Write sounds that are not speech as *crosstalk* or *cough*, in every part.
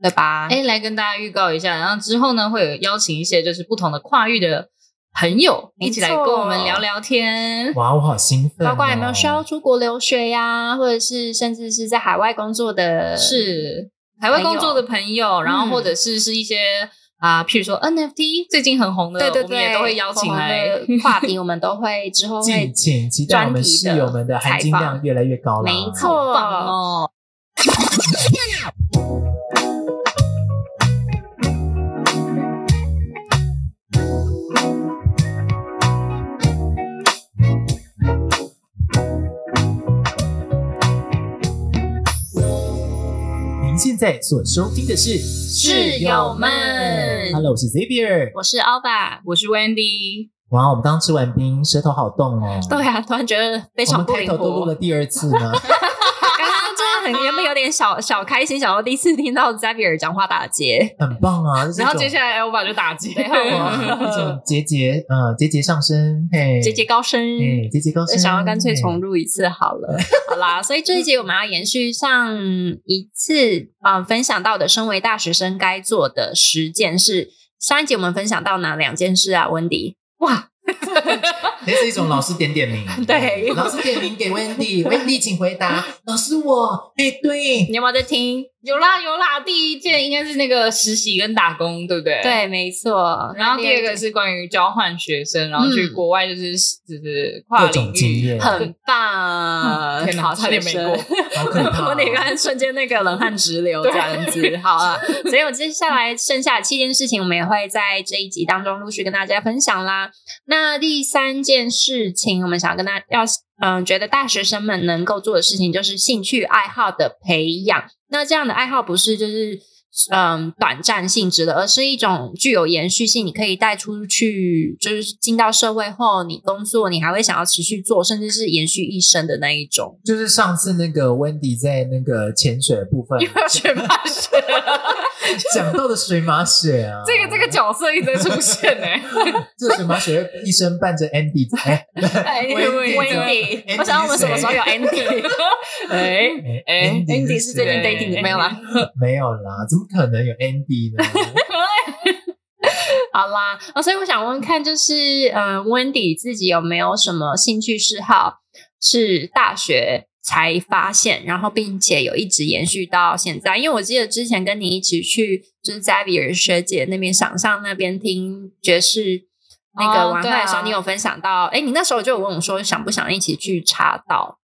对吧？哎，来跟大家预告一下，然后之后呢，会有邀请一些就是不同的跨域的朋友没错一起来跟我们聊聊天。哇，我好兴奋、哦！包括有没有需要出国留学呀，或者是甚至是在海外工作的，是海外工作的朋友，然后或嗯者是是一些啊，譬如说 NFT 最近很红的，对对我对，们也都会邀请来我。们的话题，我们都 *laughs* 会之后会敬请期待我们室友们的含金量越来越高了。没好错棒哦！您现在所收听的是室友们 Hello，我是 Xavier。我是 Alba，我是 Wendy，哇，我们刚吃完冰，舌头好冻哦。对啊， *laughs* 突然觉得非我常们不开灵头都录活了。第二次呢。 *laughs* 刚刚真的很原本有点小小开心，想到第一次听到扎比尔讲话打结，很棒啊！这是一种然后接下来 Elva 就打击， *laughs* 哇一种节节呃节节上升，嘿，节节高升。嘿，节节高升，想要干脆重嘿录一次好了。好啦，所以这一集我们要延续上一次啊、呃分享到的，身为大学生该做的十件事。上一集我们分享到哪两件事啊？温迪，哇，，这是一种老师点点名 *laughs* 对老师点名给 Wendy，Wendy 请回答，老师我，哎，对，你有没有在听？有啦有啦，第一件应该是那个实习跟打工，对不对？。对，没错。然后第二个是关于交换学生，然后去国外就是就是跨嗯各领种经域。验，很棒，天哪好差点没过 *laughs* 学生好可怕哦我哪个瞬间那个冷汗直流这样子，好啊。所以我接下来剩下的七件事情，我们也会在这一集当中陆续跟大家分享啦。那第三件事情，我们想跟大家要嗯、觉得大学生们能够做的事情，就是兴趣爱好的培养。那这样的爱好不是就是。嗯，短暂性质的，而是一种具有延续性，你可以带出去，就是进到社会后，你工作，你还会想要持续做，甚至是延续一生的那一种。 *laughs* 就是上次那个 Wendy 在那个潜水的部分又要学霸 *laughs* 学了，讲到的水马雪啊，这个这个角色一直在出现 *laughs* 哎、这个水马雪会一生伴着 Andy，哎哎 Wendy ，Wendy， Wendy 我想我们什么时候有 Andy？ *laughs* 哎哎哎 Andy 是最近谁 dating 的没有啦？没有啦，怎么可能有 Andy *laughs* 呢？好啦，哦，所以我想问看，就是嗯，Wendy 自己有没有什么兴趣嗜好是大学才发现，然后并且有一直延续到现在？因为我记得之前跟你一起去就是 Xavier 学姐那边想上那边听爵士。那个哦晚会对的时候，啊你有分享到，哎、你那时候就有问我说，想不想一起去茶 *laughs* 道？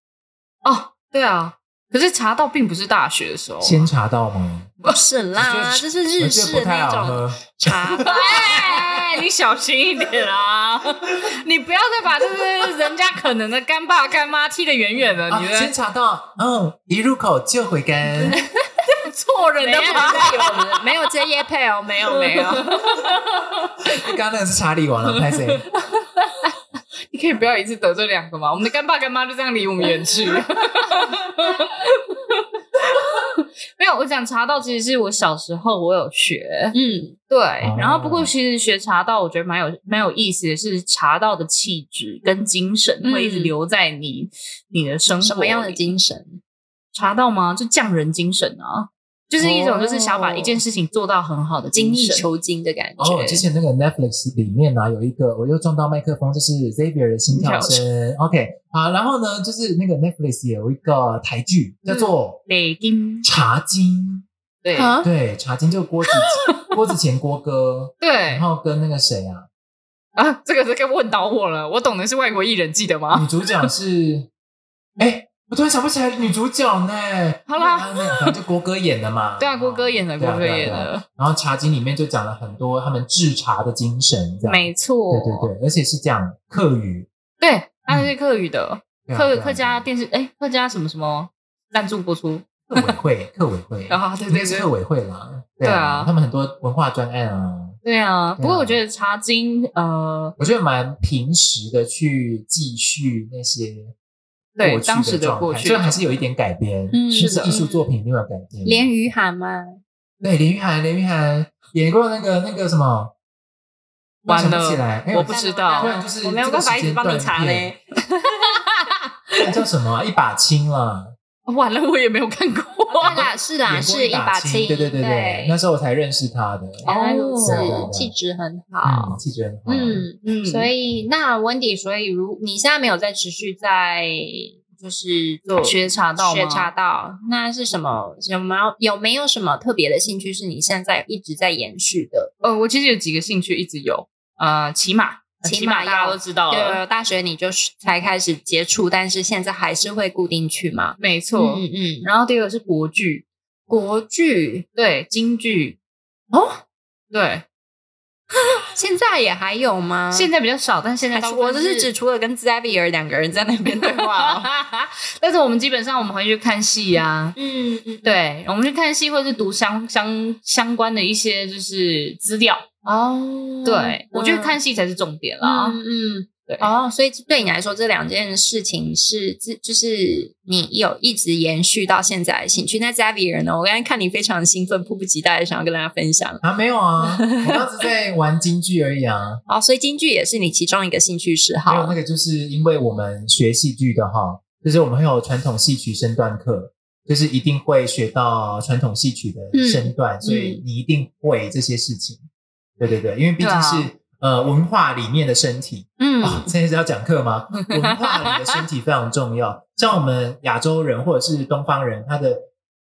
哦，对啊，可是茶道并不是大学的时候啊， *laughs* 先查到吗？不是啦，我觉这是哦日得我觉得式不的太那好种喝。茶道。哎，你小心一点啊！ *laughs* 你不要再把就是人家可能的干爸干妈踢得远远的，啊你，先这查到，嗯，一入口就 *laughs* 回甘。 *laughs* 错人的没有吧？没有我们没有接叶配哦，没有 *laughs* 没有，刚刚那个是查理王了，拍谁？你可以不要一次得罪两个嘛？我们的干爸干妈就这样离我们远去。 *laughs* 没有，我讲茶道其实是我小时候我有学，嗯，对，哦然后不过其实学茶道，我觉得蛮有蛮有意思的是，茶道的气质跟精神嗯会一直留在你、你的生活里。什么样的精神？茶道吗？就匠人精神啊，就是一种就是想把一件事情做到很好的哦精精益神。求精的感觉。哦，之前那个 Netflix 里面呢、啊有一个，我又撞到麦克风，就是 Xavier 的心跳声。OK，好，然后呢，就是那个 Netflix 有一个台剧叫做北京《茶经对啊》，，对，《茶经》就 *laughs* 郭子郭子乾郭哥，对然后跟那个谁啊，啊，这个这个问倒我了。我懂的是外国艺人，记得吗？ *laughs* 女主角是，哎，我突然想不起来女主角呢。 *laughs* 啊好啦嗯那个，反正就郭哥演的嘛。啊 *laughs* 对啊，郭哥演的，对郭啊哥演。对啊对啊的，然后《茶经》里面就讲了很多他们制茶的精神，这样。没错，对对对，而且是讲客语，对，他是客语的，啊嗯对啊客对啊客家电视，哎，客家什么什么赞助播出 *laughs* 客委会，客委会啊？对应该对是对客，委会啦。对啊他们很多文化专案啊，对啊。对啊不过我觉得茶经，呃，我觉得蛮平时的去继续那些对过去当时的状态过去虽然还是有一点改编，嗯就是的艺术作品一定有改编。连雨涵吗？对连玉涵，连玉涵演过那个那个什么，完了想不起来，哎我不知道突然就是我 *laughs* 没有办法一直帮你查这个时间嘞。那叫什么啊一把青了。 *laughs* 完了，我也没有看过。对啦，是啊啦，是眼一光把青，青，对对对对那时候我才认识他的，原来如此哦，气质很嗯，好。气质很好， *laughs* 嗯嗯所以那温迪，所以如你现在没有在持续在就是做学茶道吗学茶道，那是什么？有没有有没有什么特别的兴趣是你现在一直在延续的？呃，我其实有几个兴趣一直有，呃，骑马，呃骑骑马马大要家都知道有有了，有大学你就是才开始接触，但是现在还是会固定去吗？没错。嗯嗯，然后第二个是国剧，国剧对，京剧，哦，对，现在也还有吗？现在比较少，但现在嗯还大是部分我这是指除了跟 Xavier 两个人在那 *laughs* 边对话哦。 *laughs* 但是我们基本上我们会去看戏啊， *laughs* 嗯嗯，对，我们去看戏或者是读相相相关的一些就是资料。哦，对，我觉嗯得看戏才是重点啦。嗯嗯，对哦，所以对你来说，这两件事情是，这就是你有一直延续到现在的兴趣。那 Xavier 呢？我刚才看你非常兴奋，迫不及待的想要跟大家分享。啊，没 *laughs* 有啊，我当时在玩京剧而已啊。哦，所以京剧也是你其中一个兴趣嗜还有好那。个，就是因为我们学戏剧的哈，就是我们会有传统戏曲身段课，就是一定会学到传统戏曲的身嗯段，所以你一定会这些事情。对对对，因为毕啊竟是、呃文化里面的身体。嗯哦，现在是要讲 *laughs* 课吗？文化里的身体非常重要，像我们亚洲人或者是东方人，他的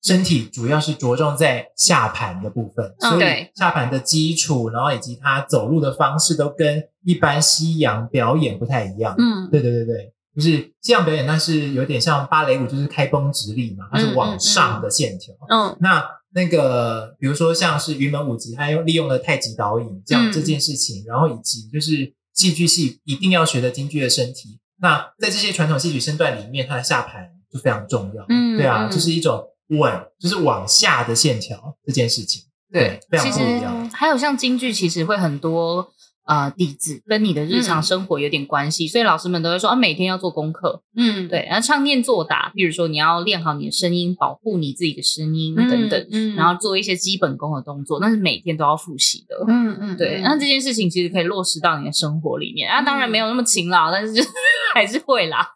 身体主要是着重在下盘的部分，嗯所以对下盘的基础，然后以及他走路的方式都跟一般西洋表演不太一样。嗯，对对对对，就是西洋表演，那是有点像芭蕾舞，就是开绷直立嘛，它是往上的线条。嗯那那个，比如说像是云门舞集，它用利用了太极导引这嗯样、这件事情，然后以及就是戏剧系一定要学的京剧的身体。那在这些传统戏曲身段里面，它的下盘就非常重要。嗯对啊，嗯就是一种稳，就是往下的线条这件事情。对，非其常实不一样。还有像京剧，其实会很多呃底子跟你的日嗯常生活有点关系，所以老师们都会说啊，每天要做功课。嗯，对，然后唱念做打，比如说你要练好你的声音，保护你自己的声音等等，嗯然后做一些基本功的动作，那是每天都要复习的。嗯嗯，对，那嗯这件事情其实可以落实到你的生活里面啊，当然嗯没有那么勤劳，但是就是 *laughs* 还是会啦。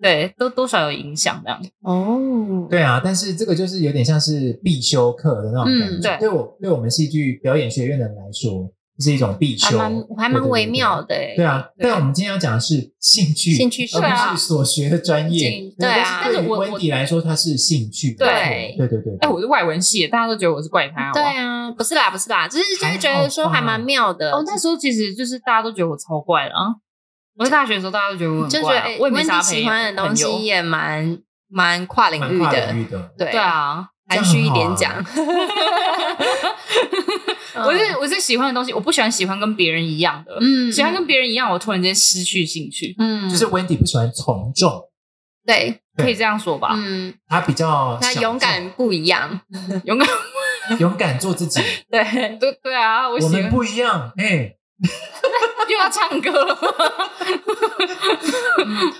对，都多少有影响这样。哦，对啊，但是这个就是有点像是必修课的那种感觉。嗯对对我对我们戏剧表演学院的人来说，这是一种必还修，蛮还蛮微妙的。的欸。对啊，但我们今天要讲的是兴趣，兴趣是而啊不是所学的专业兴。对啊但是但是我温迪来说，他是兴趣。对对对对。哎，我是外文系，大家都觉得我是怪哦胎，好不对好啊，不是啦，不是啦，就是就还是好觉得说吧还蛮妙的。哦，那时候其实就是大家都觉得我超怪的啊！我在大学的时候，大家都觉得我很就觉怪得啊、哎我温也没啥迪朋友喜欢的东朋西友也蛮蛮跨领蛮域跨的领，域的，对 *laughs* 对，啊，含蓄一点 *laughs* 讲。我是我是喜欢的东西，我不喜欢喜欢跟别人一样的，嗯喜欢跟别人一样，我突然间失去兴趣，嗯，就是温迪不喜欢从众，对，对可以这样说吧？嗯，他 *laughs* 比较那小勇敢不一样，勇敢，众， *laughs* 勇敢做自己。对，对对啊，我喜我们欢不一样，哎， *laughs* 又要唱歌了，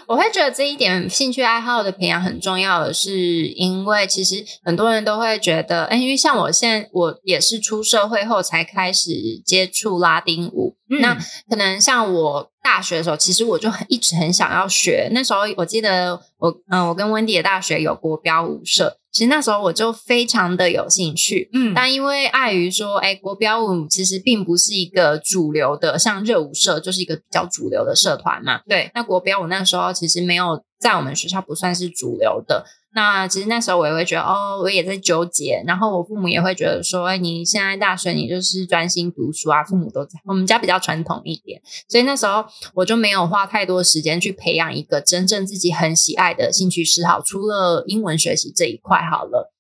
我会觉得这一点兴趣爱好的培养很重要的是，因为其实很多人都会觉得，哎，因为像我现在我也是出社会后才开始接触拉丁舞，嗯那可能像我大学的时候，其实我就很一直很想要学。那时候我记得我，嗯、我跟温迪的大学有国标舞社，其实那时候我就非常的有兴趣。嗯但因为碍于说，哎，国标舞其实并不是一个主流的，像热舞社就是一个比较主流的社团嘛。对，那国标舞那时候其实没有在我们学校不算是主流的。那其实那时候我也会觉得，哦，我也在纠结。然后我父母也会觉得说，哎，你现在大学你就是专心读书啊，父母都在。我们家比较传统一点，所以那时候我就没有花太多时间去培养一个真正自己很喜爱的兴趣嗜好，除了英文学习这一块好了。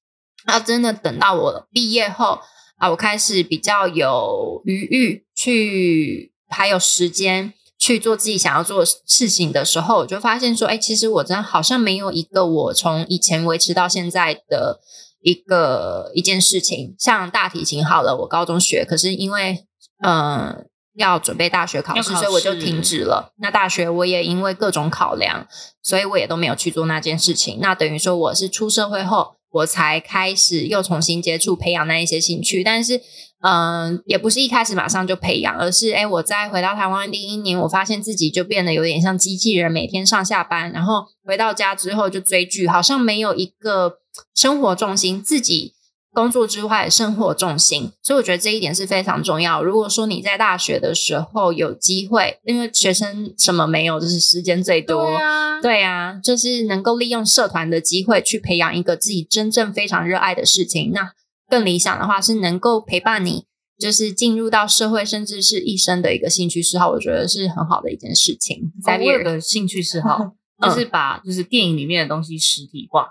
那真的等到我毕业后啊，我开始比较有余裕去，还有时间去做自己想要做的事情的时候，我就发现说，哎，其实我真的好像没有一个我从以前维持到现在的一个一件事情。像大提琴好了，我高中学，可是因为呃要准备大学考要试，考所以我就试停止了。那大学我也因为各种考量，所以我也都没有去做那件事情。那等于说我是出社会后我才开始又重新接触培养那一些兴趣，但是。嗯，也不是一开始马上就培养，而是哎，我在回到台湾第一年，我发现自己就变得有点像机器人，每天上下班，然后回到家之后就追剧，好像没有一个生活重心，自己工作之外的生活重心。所以我觉得这一点是非常重要。如果说你在大学的时候有机会，因为学生什么没有，就是时间最多，对啊，对啊，就是能够利用社团的机会去培养一个自己真正非常热爱的事情。那更理想的话是能够陪伴你，就是进入到社会，甚至是一生的一个兴趣嗜好，我觉得是很好的一件事情。在我有个兴趣嗜好， *laughs* 就是把就是电影里面的东西实体化。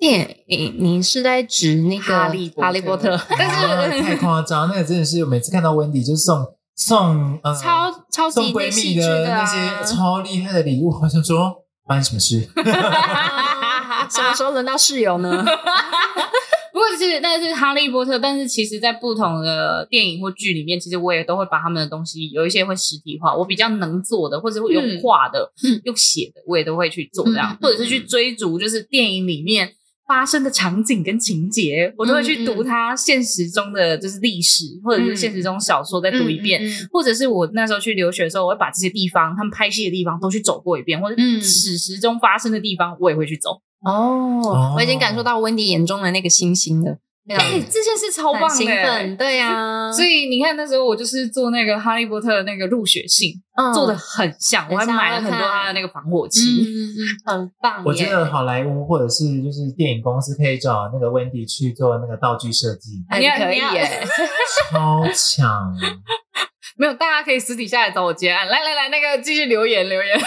电影，你是在指那个哈利波特哈利波特？但啊是太夸张，那个真的是每次看到 Wendy 就是送送呃超超送级闺戏蜜剧的的那啊些超厉害的礼物，好像说发生什么事？什么时候轮到室友呢？不过是那是哈利波特，但是其实，在不同的电影或剧里面，其实我也都会把他们的东西有一些会实体化，我比较能做的，或者会用画的、嗯用写的，我也都会去做这样，嗯或者是去追逐就是电影里面发生的场景跟情节，我都会去读它现实中的就是历史，或者是现实中小说再 *laughs* 读一遍。嗯，嗯或者是我那时候去留学的时候，我会把这些地方，他们拍戏的地方都去走过一遍，或者嗯史实中发生的地方，我也会去走。嗯哦哦，我已经感受到温迪眼中的那个星星了，非常哎、这件事超棒的、欸很兴奋，对啊呀，所以你看，那时候我就是做那个《哈利波特》的那个入学信，嗯做的很像，很我还像买了我很多看他的那个防火嗯漆。嗯嗯很棒耶。，我觉得好莱坞或者是就是电影公司可以找那个 Wendy 去做那个道具设计还哎你要可以你要耶，超强。 *laughs* 没有，大家可以私底下来找我接案。来来来，那个继续留言留言。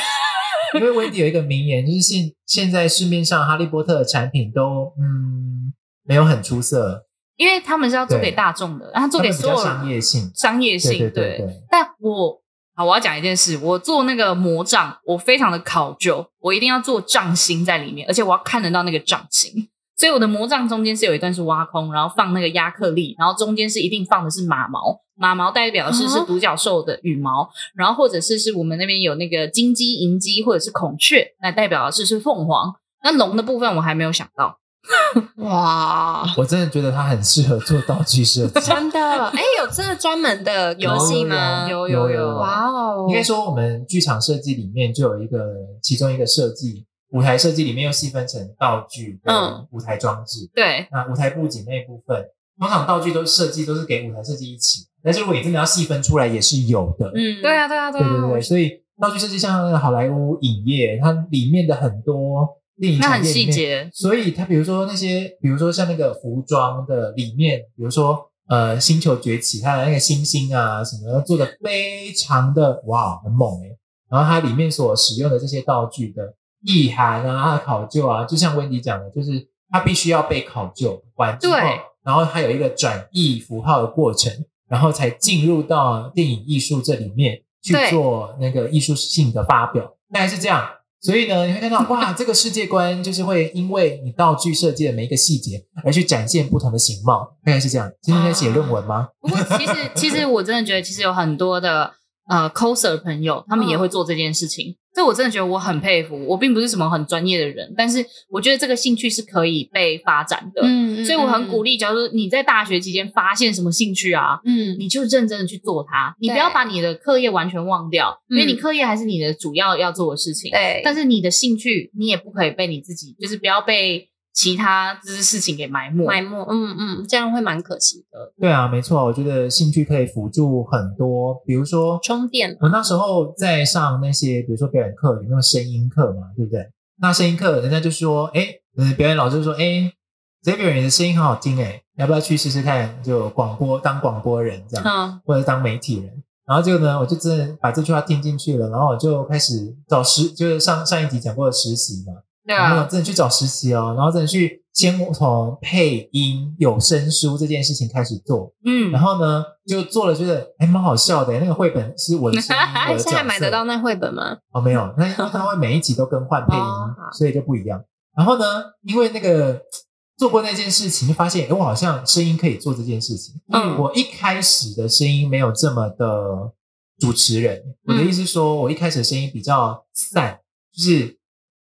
因为 Wendy 有一个名言，就是现现在市面上哈利波特的产品都嗯没有很出色，因为他们是要做对给大众的，然后做他给们比所有较人商业性。商业性对对对，但我好，我要讲一件事，我做那个魔杖，我非常的考究，我一定要做杖芯在里面，而且我要看得到那个杖芯。所以我的魔杖中间是有一段是挖空，然后放那个亚克力，然后中间是一定放的是马毛，马毛代表的是哦是独角兽的羽毛，然后或者是是我们那边有那个金鸡、银鸡或者是孔雀，那代表的是是凤凰。那龙的部分我还没有想到，哇，我真的觉得他很适合做道具设计。 *laughs* 真的，哎，有这个专门的游戏吗？有有有有哇哦，应该说，我们剧场设计里面就有一个，其中一个设计，舞台设计里面又细分成道具嗯跟舞台装置。对，那舞台布景那一部分，通常道具都设计都是给舞台设计一起，但是如果你真的要细分出来，也是有的。嗯，对，啊，对啊，对对对啊，对，所以道具设计像那个好莱坞影业，它里面的很多电影那很产业里细面节，所以它比如说那些，比如说像那个服装的里面，比如说呃《星球崛起》它的那个星星啊什么的，做的非常的哇很猛诶、然后它里面所使用的这些道具的意涵啊、它的考究啊，就像温迪讲的，就是它必须要被考究完之后对，然后它有一个转译符号的过程，然后才进入到电影艺术这里面去对做那个艺术性的发表，大概是这样。所以呢，你会看到哇，这个世界观就是会因为你道具设计的每一个细节而去展现不同的形貌，大概是这样。今天在写论文吗？不过其实其实我真的觉得，其实有很多的呃 coser 朋友，他们嗯也会做这件事情。这我真的觉得我很佩服。我并不是什么很专业的人，但是我觉得这个兴趣是可以被发展的。嗯，所以我很鼓励，励，假如说你在大学期间发现什么兴趣啊，嗯你就认真的去做它，你不要把你的课业完全忘掉，因为你课业还是你的主要要做的事情。嗯对，但是你的兴趣，你也不可以被你自己，就是不要被其他就是事情给埋没。埋没，嗯嗯，这样会蛮可惜的，对啊，没错，我觉得兴趣可以辅助很多，比如说充电，我那时候在上那些，比如说表演课，有那种声音课嘛，对不对？那声音课人家就说，哎，嗯，表演老师就说，哎，这表演你的声音很好听，哎，要不要去试试看？就广播当广播人这样，嗯或者当媒体人。然后这个呢，我就真的把这句话听进去了，然后我就开始找实，就是上上一集讲过的实习嘛，对然后啊，真的去找实习哦，然后真的去先从配音有声书这件事情开始做，嗯然，后呢，就做了，觉得还蛮好笑的。那个绘本是我的声音，嗯我哎，的角现色在买得到那绘本吗？哦？没 *laughs* 有，那因为它会每一集都更换配音，哦好所以就不一样。然后呢，因为那个做过那件事情，就发现哎，我好像声音可以做这件事情。嗯我一开始的声音没有这么的主持人，我的意思是说，我一开始的声音比较散，就是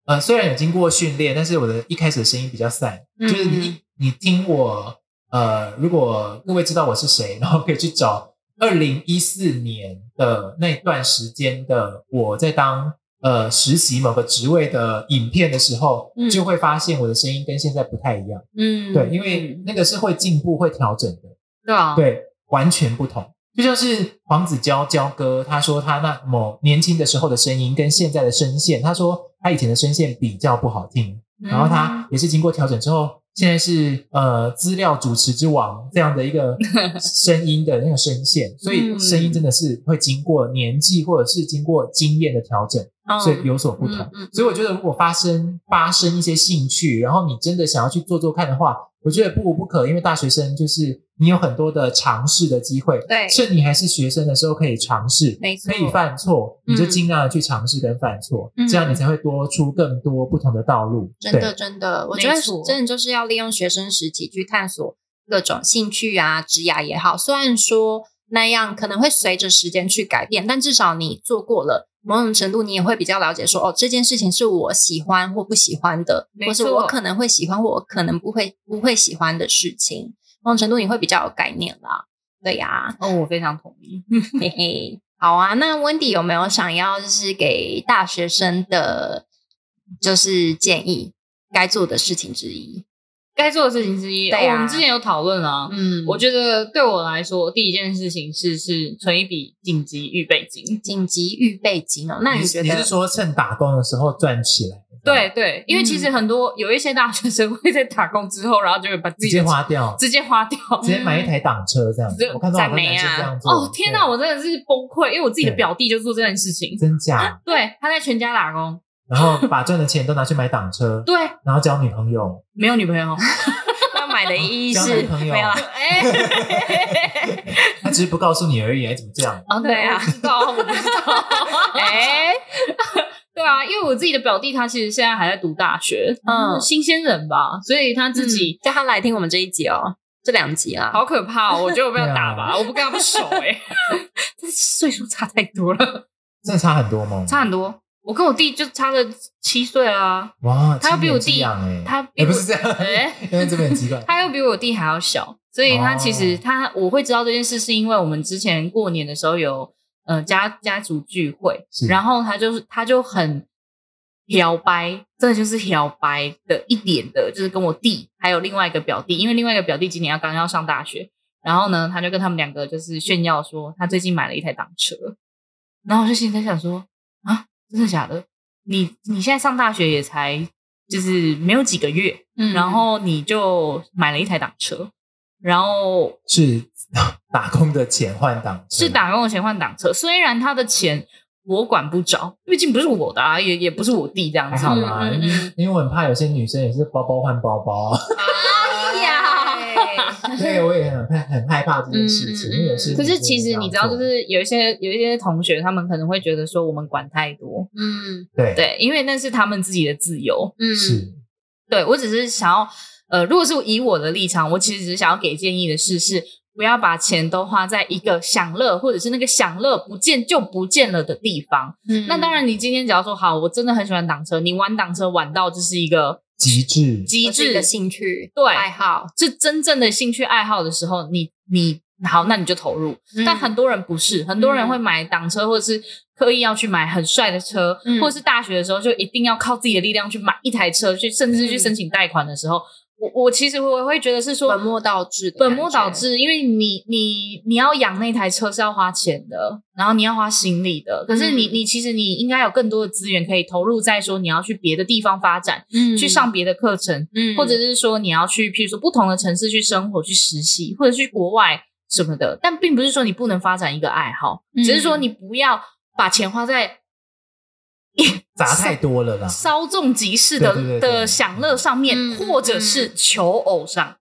呃，虽然有经过训练，但是我的一开始的声音比较散，就是嗯你你听我，呃，如果各位知道我是谁，然后可以去找嗯二零一四年的那段时间的我在当呃实习某个职位的影片的时候，嗯就会发现我的声音跟现在不太一样。嗯，哦对，因为那个是会进步、会调整的。对啊，对，完全不同。就像是黄子佼佼哥，他说他那某年轻的时候的声音跟现在的声线，他说他以前的声线比较不好听，嗯，然后他也是经过调整之后，现在是呃资料主持之王这样的 *laughs* 一个声音的那个声线，所以嗯声音真的是会经过年纪或者是经过经验的调整，嗯所以有所不同。嗯嗯所以我觉得，如果发生发生一些兴趣，然后你真的想要去做做看的话，我觉得不无不可，因为大学生就是你有很多的尝试的机会，对趁你还是学生的时候可以尝试，没错可以犯错，你就嗯尽量的去尝试跟犯错，嗯这样你才会多出更多不同的道路。真的对，真的，我觉得没错真的就是要利用学生时期去探索各种兴趣啊、职涯也好。虽然说那样可能会随着时间去改变，但至少你做过了，某种程度你也会比较了解说，哦，这件事情是我喜欢或不喜欢的，没或是错我可能会喜欢或我可能不会不会喜欢的事情。某种程度你会比较有概念啦。对呀、哦，我非常同意。嘿嘿，好啊。那温迪有没有想要就是给大学生的，就是建议该做的事情之一？该做的事情之一，对啊哦我们之前有讨论啊。嗯我觉得对我来说，第一件事情是是存一笔紧急预备金。紧急预备金哦。那你你觉你得是说趁打工的时候赚起来，对对，因为其实很多、有一些大学生会在打工之后，然后就会把自直己的接花掉，直接花掉。直接买一台挡车这样只。有我看到好赞多美男生啊这样做。哦天哪，对我真的是崩溃，因为我自己的对表弟就做这件事情。真假？对，他在全家打工，然后把赚的钱都拿去买挡车，对，然后交女朋友，没有女朋 *laughs* 友。他买的意义交是男朋友没有啦？哎，他只是不告诉你而已，哎怎么这样？哦，对对啊，啊我，不知道，我不知 *laughs* 道。哎， *laughs* 对啊，因为我自己的表弟他其实现在还在读大学，嗯嗯，新鲜人吧，所以他自己叫他来听我们这一集哦，这两集啦。好可怕、哦，我觉得我被他对啊打吧，我不跟他不熟哎、欸， *laughs* 这岁数差太多了，真的差很多吗？差很多。我跟我弟就差了七岁啊，哇，他比我亲弟年寄养哎，他比也我不是这 *laughs* 样， *laughs* 哎因为这边很奇怪。他又比我弟还要小，所以他哦其实他我会知道这件事，是因为我们之前过年的时候有呃家家族聚会是，然后他就是他就很摇白，真的就是摇白的一点的，就是跟我弟还有另外一个表弟，因为另外一个表弟今年要刚要上大学，然后呢，他就跟他们两个就是炫耀说他最近买了一台挡车，然后我就心里在想说啊，真的假的？你你现在上大学也才就是没有几个月，嗯然后你就买了一台挡车，然后是 *laughs* 打工的钱换档，是打工的钱换挡车，虽然他的钱我管不着，毕竟不是我的啊，也也不是我弟这样还子。好啦嗯嗯嗯，因为我很怕有些女生也是包包换包包， *laughs* 哎呀，对我也很怕很害怕这件事嗯嗯情，嗯因为有些女生可是其实你知道，就这样是有一些有一些同学，他们可能会觉得说我们管太多，嗯做对对，因为那是他们自己的自由。嗯，是对我只是想要，呃，如果是以我的立场，我其实只是想要给建议的是，是不要把钱都花在一个享乐或者是那个享乐不见就不见了的地方。嗯那当然，你今天只要说好，我真的很喜欢挡车，你玩挡车玩到就是一个极致，极这是一致个，兴趣对爱好，是真正的兴趣爱好的时候，你你好，那你就投入。嗯但很多人不是，很多人会买挡车，或者是刻意要去买很帅的车，嗯或者是大学的时候就一定要靠自己的力量去买一台车，去甚至是去嗯申请贷款的时候，我我其实我会觉得是说本末倒置的感觉本末倒置，因为你你你要养那台车是要花钱的，然后你要花心力的。可是你、嗯你其实你应该有更多的资源可以投入在说你要去别的地方发展，嗯去上别的课程，嗯或者是说你要去譬如说不同的城市去生活、去实习，或者去国外什么的。但并不是说你不能发展一个爱好，嗯只是说你不要把钱花在砸太多 *laughs* 了啦，稍纵即逝的对对对对的享乐上面，嗯或者是求偶上。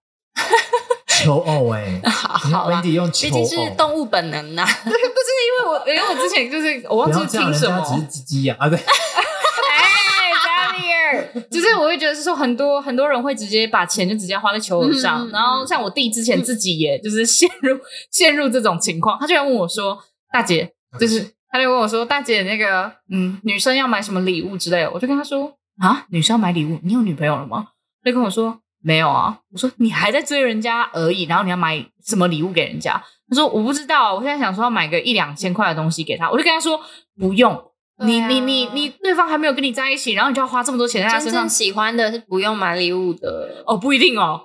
求偶哎， *laughs* 好啦 Wendy 用求毕偶，竟是动物本能啊呐、不是因为我，因为我之前就是我忘不记要这听样，人什家么，只是鸡鸡呀啊，对，哎 *laughs* d a 就是我会觉得是说很多很多人会直接把钱就直接花在球偶上，嗯然后像我弟之前自己也就是陷入、陷入这种情况，他居然问我说：“大嗯姐，就是他就问我说大姐那个嗯女生要买什么礼物之类的。”我就跟他说：“啊，女生要买礼物，你有女朋友了吗？他就跟我说没有啊。我说你还在追人家而已，然后你要买什么礼物给人家？他说我不知道，我现在想说要买个一两千块的东西给他，我就跟他说不用。你对啊你你你，对方还没有跟你在一起，然后你就要花这么多啊钱在他身真上正，喜欢的是不用买礼物的。哦，不一定哦，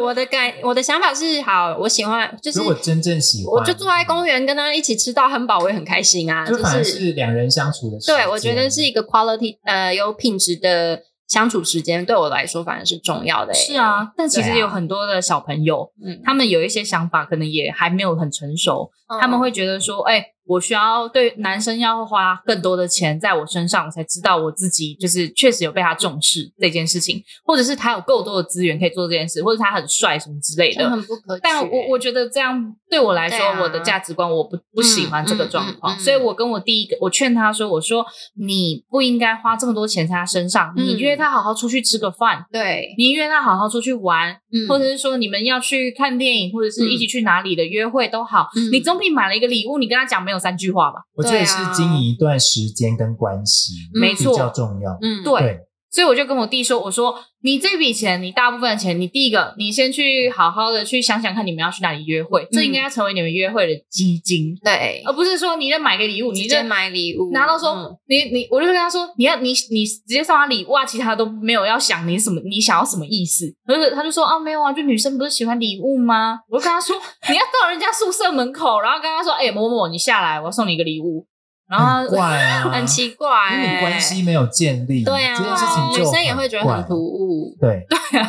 我的感，我的想法是，好，我喜欢，就是如果真正喜欢，我就坐在公园跟他一起吃到汉堡，我也很开心啊。就反而是是两人相处的时间。对，我觉得是一个 quality 呃有品质的相处时间，对我来说反而是重要的、欸是，啊，但其对实啊有很多的小朋友，嗯，他们有一些想法，可能也还没有很成熟，他们会觉得说，哎、我需要对男生要花更多的钱在我身上，我才知道我自己就是确实有被他重视这件事情，或者是他有够多的资源可以做这件事，或者他很帅什么之类就的。很不可取。欸但我我觉得这样对我来说，对啊我的价值观我不不喜欢这个状况，嗯嗯嗯所以我跟我第一个，我劝他说，我说你不应该花这么多钱在他身上，嗯你约他好好出去吃个饭，对，你约他好好出去玩，嗯或者是说你们要去看电影，或者是一起去哪里的约会都好，嗯你总比买了一个礼物，你跟他讲没有三句话吧？我觉得对是啊经营一段时间跟关系，嗯没比错较重要。嗯，对对，所以我就跟我弟说，我说你这笔钱，你大部分的钱，你第一个，你先去好好的去想想看你们要去哪里约会，嗯这应该要成为你们约会的基金，对，而不是说你在买个礼物，你直就接买礼物，拿到说、嗯你你，我就跟他说你要你你直接送他礼物啊，其他都没有要想你什么你想要什么意思，可是他就说啊没有啊，就女生不是喜欢礼物吗？我就跟他说你要到人家宿舍门口，然后跟他说哎、某某某你下来，我要送你一个礼物，然后很怪啊，很奇怪、因为你欸，关系没有建立，对啊这件事情，女就生也会觉得很怪突兀。对对啊，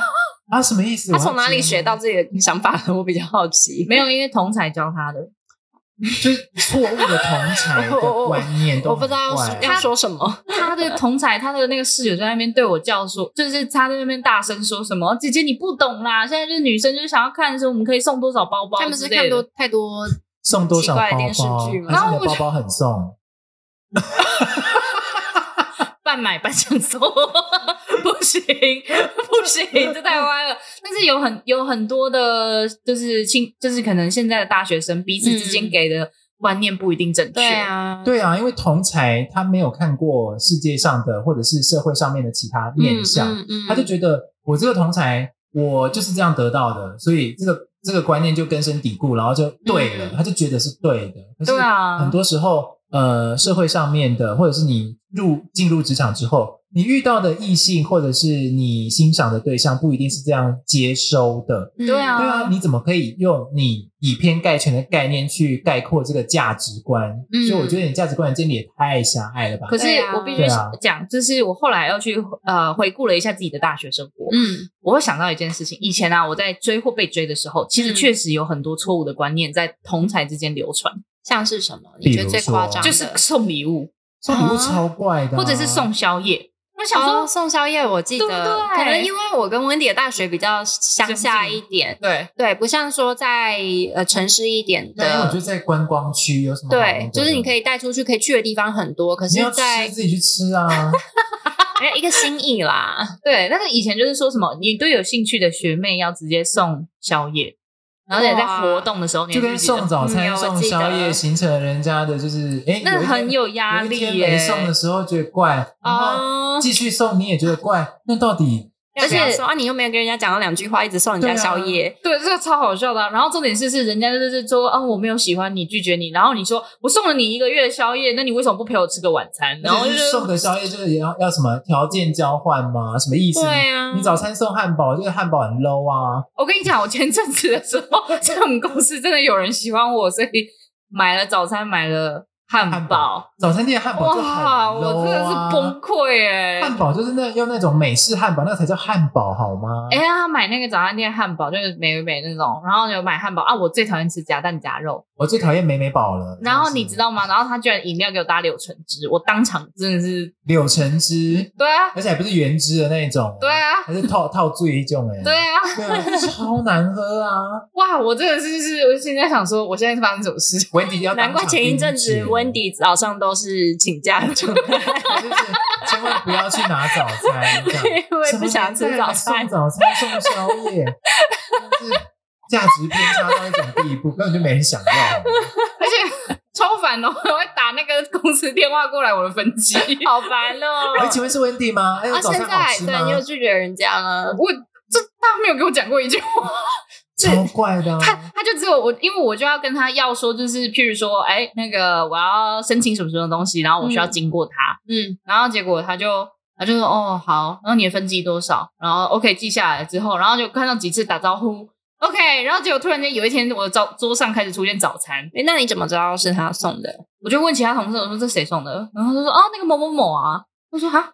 啊什么意思？他我要从哪里接学到自己的想法的？我比较好奇。没有因为童彩教他的，错误的同 *laughs* 才的观念都我不知道很是怪要说什么。他的同彩，他的那个室友在那边对我叫说，就是他在那边大声说什么姐姐你不懂啦，现在就是女生就是想要看说我们可以送多少包包他之类的，们是看多太多，送多少包奇怪的电视包，剧吗还是你然后的我就包包很送，半买半享受， *laughs* 不行不行，这太歪了。但是有很有很多的，就是亲，就是可能现在的大学生彼此之间嗯给的观念不一定正确。对啊，对啊，因为同才他没有看过世界上的或者是社会上面的其他嗯，面相，嗯嗯他就觉得我这个同才我就是这样得到的，所以这个这个观念就根深蒂固，然后就对了，嗯他就觉得是对的。可是对啊很多时候，呃，社会上面的，或者是你入进入职场之后，你遇到的异性或者是你欣赏的对象，不一定是这样接收的。嗯对啊对啊，你怎么可以用你以偏概全的概念去概括这个价值观？嗯所以我觉得你价值观的建立也太狭隘了吧？可是对啊我必须对啊讲，就是我后来要去呃回顾了一下自己的大学生活，嗯我会想到一件事情，以前啊我在追或被追的时候，其实嗯确实有很多错误的观念在同才之间流传，像是什么？比你如觉得最夸张的？就是送礼物送礼物超怪的啊、或者是送宵夜。我想说，哦，送宵夜，我记得，对不对可能因为我跟温迪的大学比较乡下一点，对，对，不像说在呃城市一点对，因为我觉的得，在观光区有什么好那个对的？，就是你可以，以带出去，可以去的地方很多，可你要是吃在自己去吃 *laughs* 啊。哎一个心意啦，对，但是以前就是说什么，你对有兴趣的学妹要直接送宵夜，然后你在活动的时候，你就要跟送早嗯餐、有我送记得宵夜，形成了人家的就是嗯哎，那一天很有压有一力天耶没。送的时候觉得怪，然后哦，继续送你也觉得怪，那到底而要且不要说啊，你又没有跟人家讲到两句话，一直送人家对啊宵夜，对，这个超好笑的啊、然后重点是是人家就是说，啊，我没有喜欢你，拒绝你。然后你说我送了你一个月的宵夜，那你为什么不陪我吃个晚餐？ *laughs* 然后就就是送的宵夜就是也要要什么条件交换吗？什么意思？对啊你早餐送汉堡，就是汉堡很 low 啊，我跟你讲，我前阵子的时候， *laughs* 在我们公司真的有人喜欢我，所以买了早餐，买了汉汉堡。早餐店汉堡就很 low 哇，啊，我真的是崩溃哎、汉堡就是那用那种美式汉堡，那才叫汉堡好吗？哎、他买那个早餐店汉堡，就是美美那种，然后有买汉堡啊，我最讨厌吃夹蛋夹肉。我最讨厌美美堡了。嗯然后你真的是知道吗？然后他居然饮料给我搭柳橙汁，我当场真的是，柳橙汁，对啊，而且还不是原汁的那种，对啊，还是套套醉一种哎，对啊，对啊，超难喝啊！ *laughs* 哇，我真的是就是，我现在想说，我现在是发生什么事？温迪要难怪前一阵子温温迪迪早上都是请假的状态，就是千万不要去拿早餐，这样因为什么不想吃年代早还餐送。早餐送宵夜，真的是价值偏差到一种地步，根本就没人想要。而且超烦哦！ *laughs* 我会打那个公司电话过来，我的分机。 *laughs* 好烦 *laughs* 哦。哎，请问是温蒂吗？哎，啊，早现餐在好还吃对，吗你？有拒绝人家 *laughs* 吗？我这他没有给我讲过一句话，超怪的啊，他他就只有我，因为我就要跟他要说，就是譬如说，哎、那个我要申请什么什么东西，然后我需要经过他，嗯，然后结果他就他就说哦好，然后你的分级多少，然后 OK 记下来之后，然后就看到几次打招呼，OK，然后结果突然间有一天我的早桌上开始出现早餐，哎，那你怎么知道是他送的？我就问其他同事我说这谁送的，然后他就说哦那个某某某啊，我说哈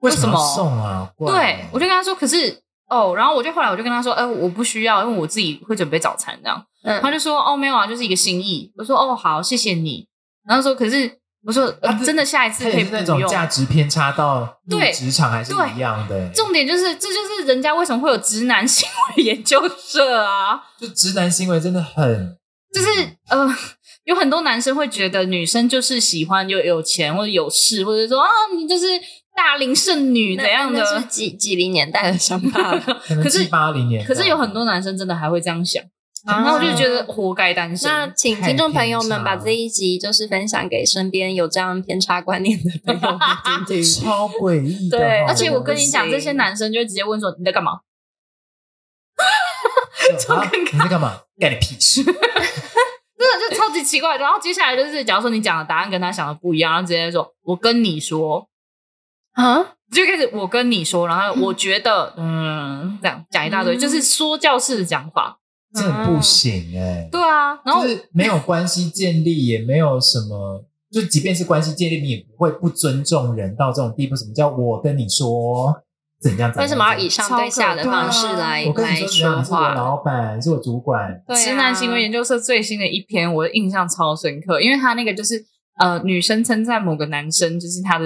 为什为什么要么送啊？怪对，我就跟他说可是。哦，然后我就后来我就跟他说，哎、我不需要，因为我自己会准备早餐这样。嗯，他就说哦没有啊，就是一个心意。我说哦好，谢谢你。然后说可是我说、呃啊这真的下一次他可以也是不那种用。价值偏差到入对职场还是对一样的，重点就是这就是人家为什么会有直男行为研究社啊，就直男行为真的很就是呃有很多男生会觉得女生就是喜欢就有钱或者有势，或者说啊你就是大龄剩女那怎样那是的。几几零年代的想 *laughs* 法吧可能可是七八零年代，可是有很多男生真的还会这样想，然后我就觉得活该单身。那请太听众朋友偏们差把了这一集就是分享给身边有这样偏差观念的朋友们听听。超诡异的哈，对而且我跟不你讲，这些行男生就会直接问说你在干嘛？啊你在干嘛？干你屁事！真的就超级奇怪。然后接下来就是，假如说你讲的答案跟他想的不一样，然后直接说“我跟你说啊，”，就开始“我跟你说”，然后我觉得嗯，这样讲一大堆，嗯就是说教式的讲法。这很不行啊哎、对啊，然后、就是没有关系建立，也没有什么，就即便是关系建立，你也不会不尊重人到这种地步。什么叫我跟你说怎样？怎样 *laughs* 为什么要以？超上对可下的怕方式啊来怎样我跟来你说，说你是我话？老板，是我主管，对啊直男行为研究社最新的一篇，我印象超深刻，因为他那个就是。呃，女生称赞某个男生，就是他的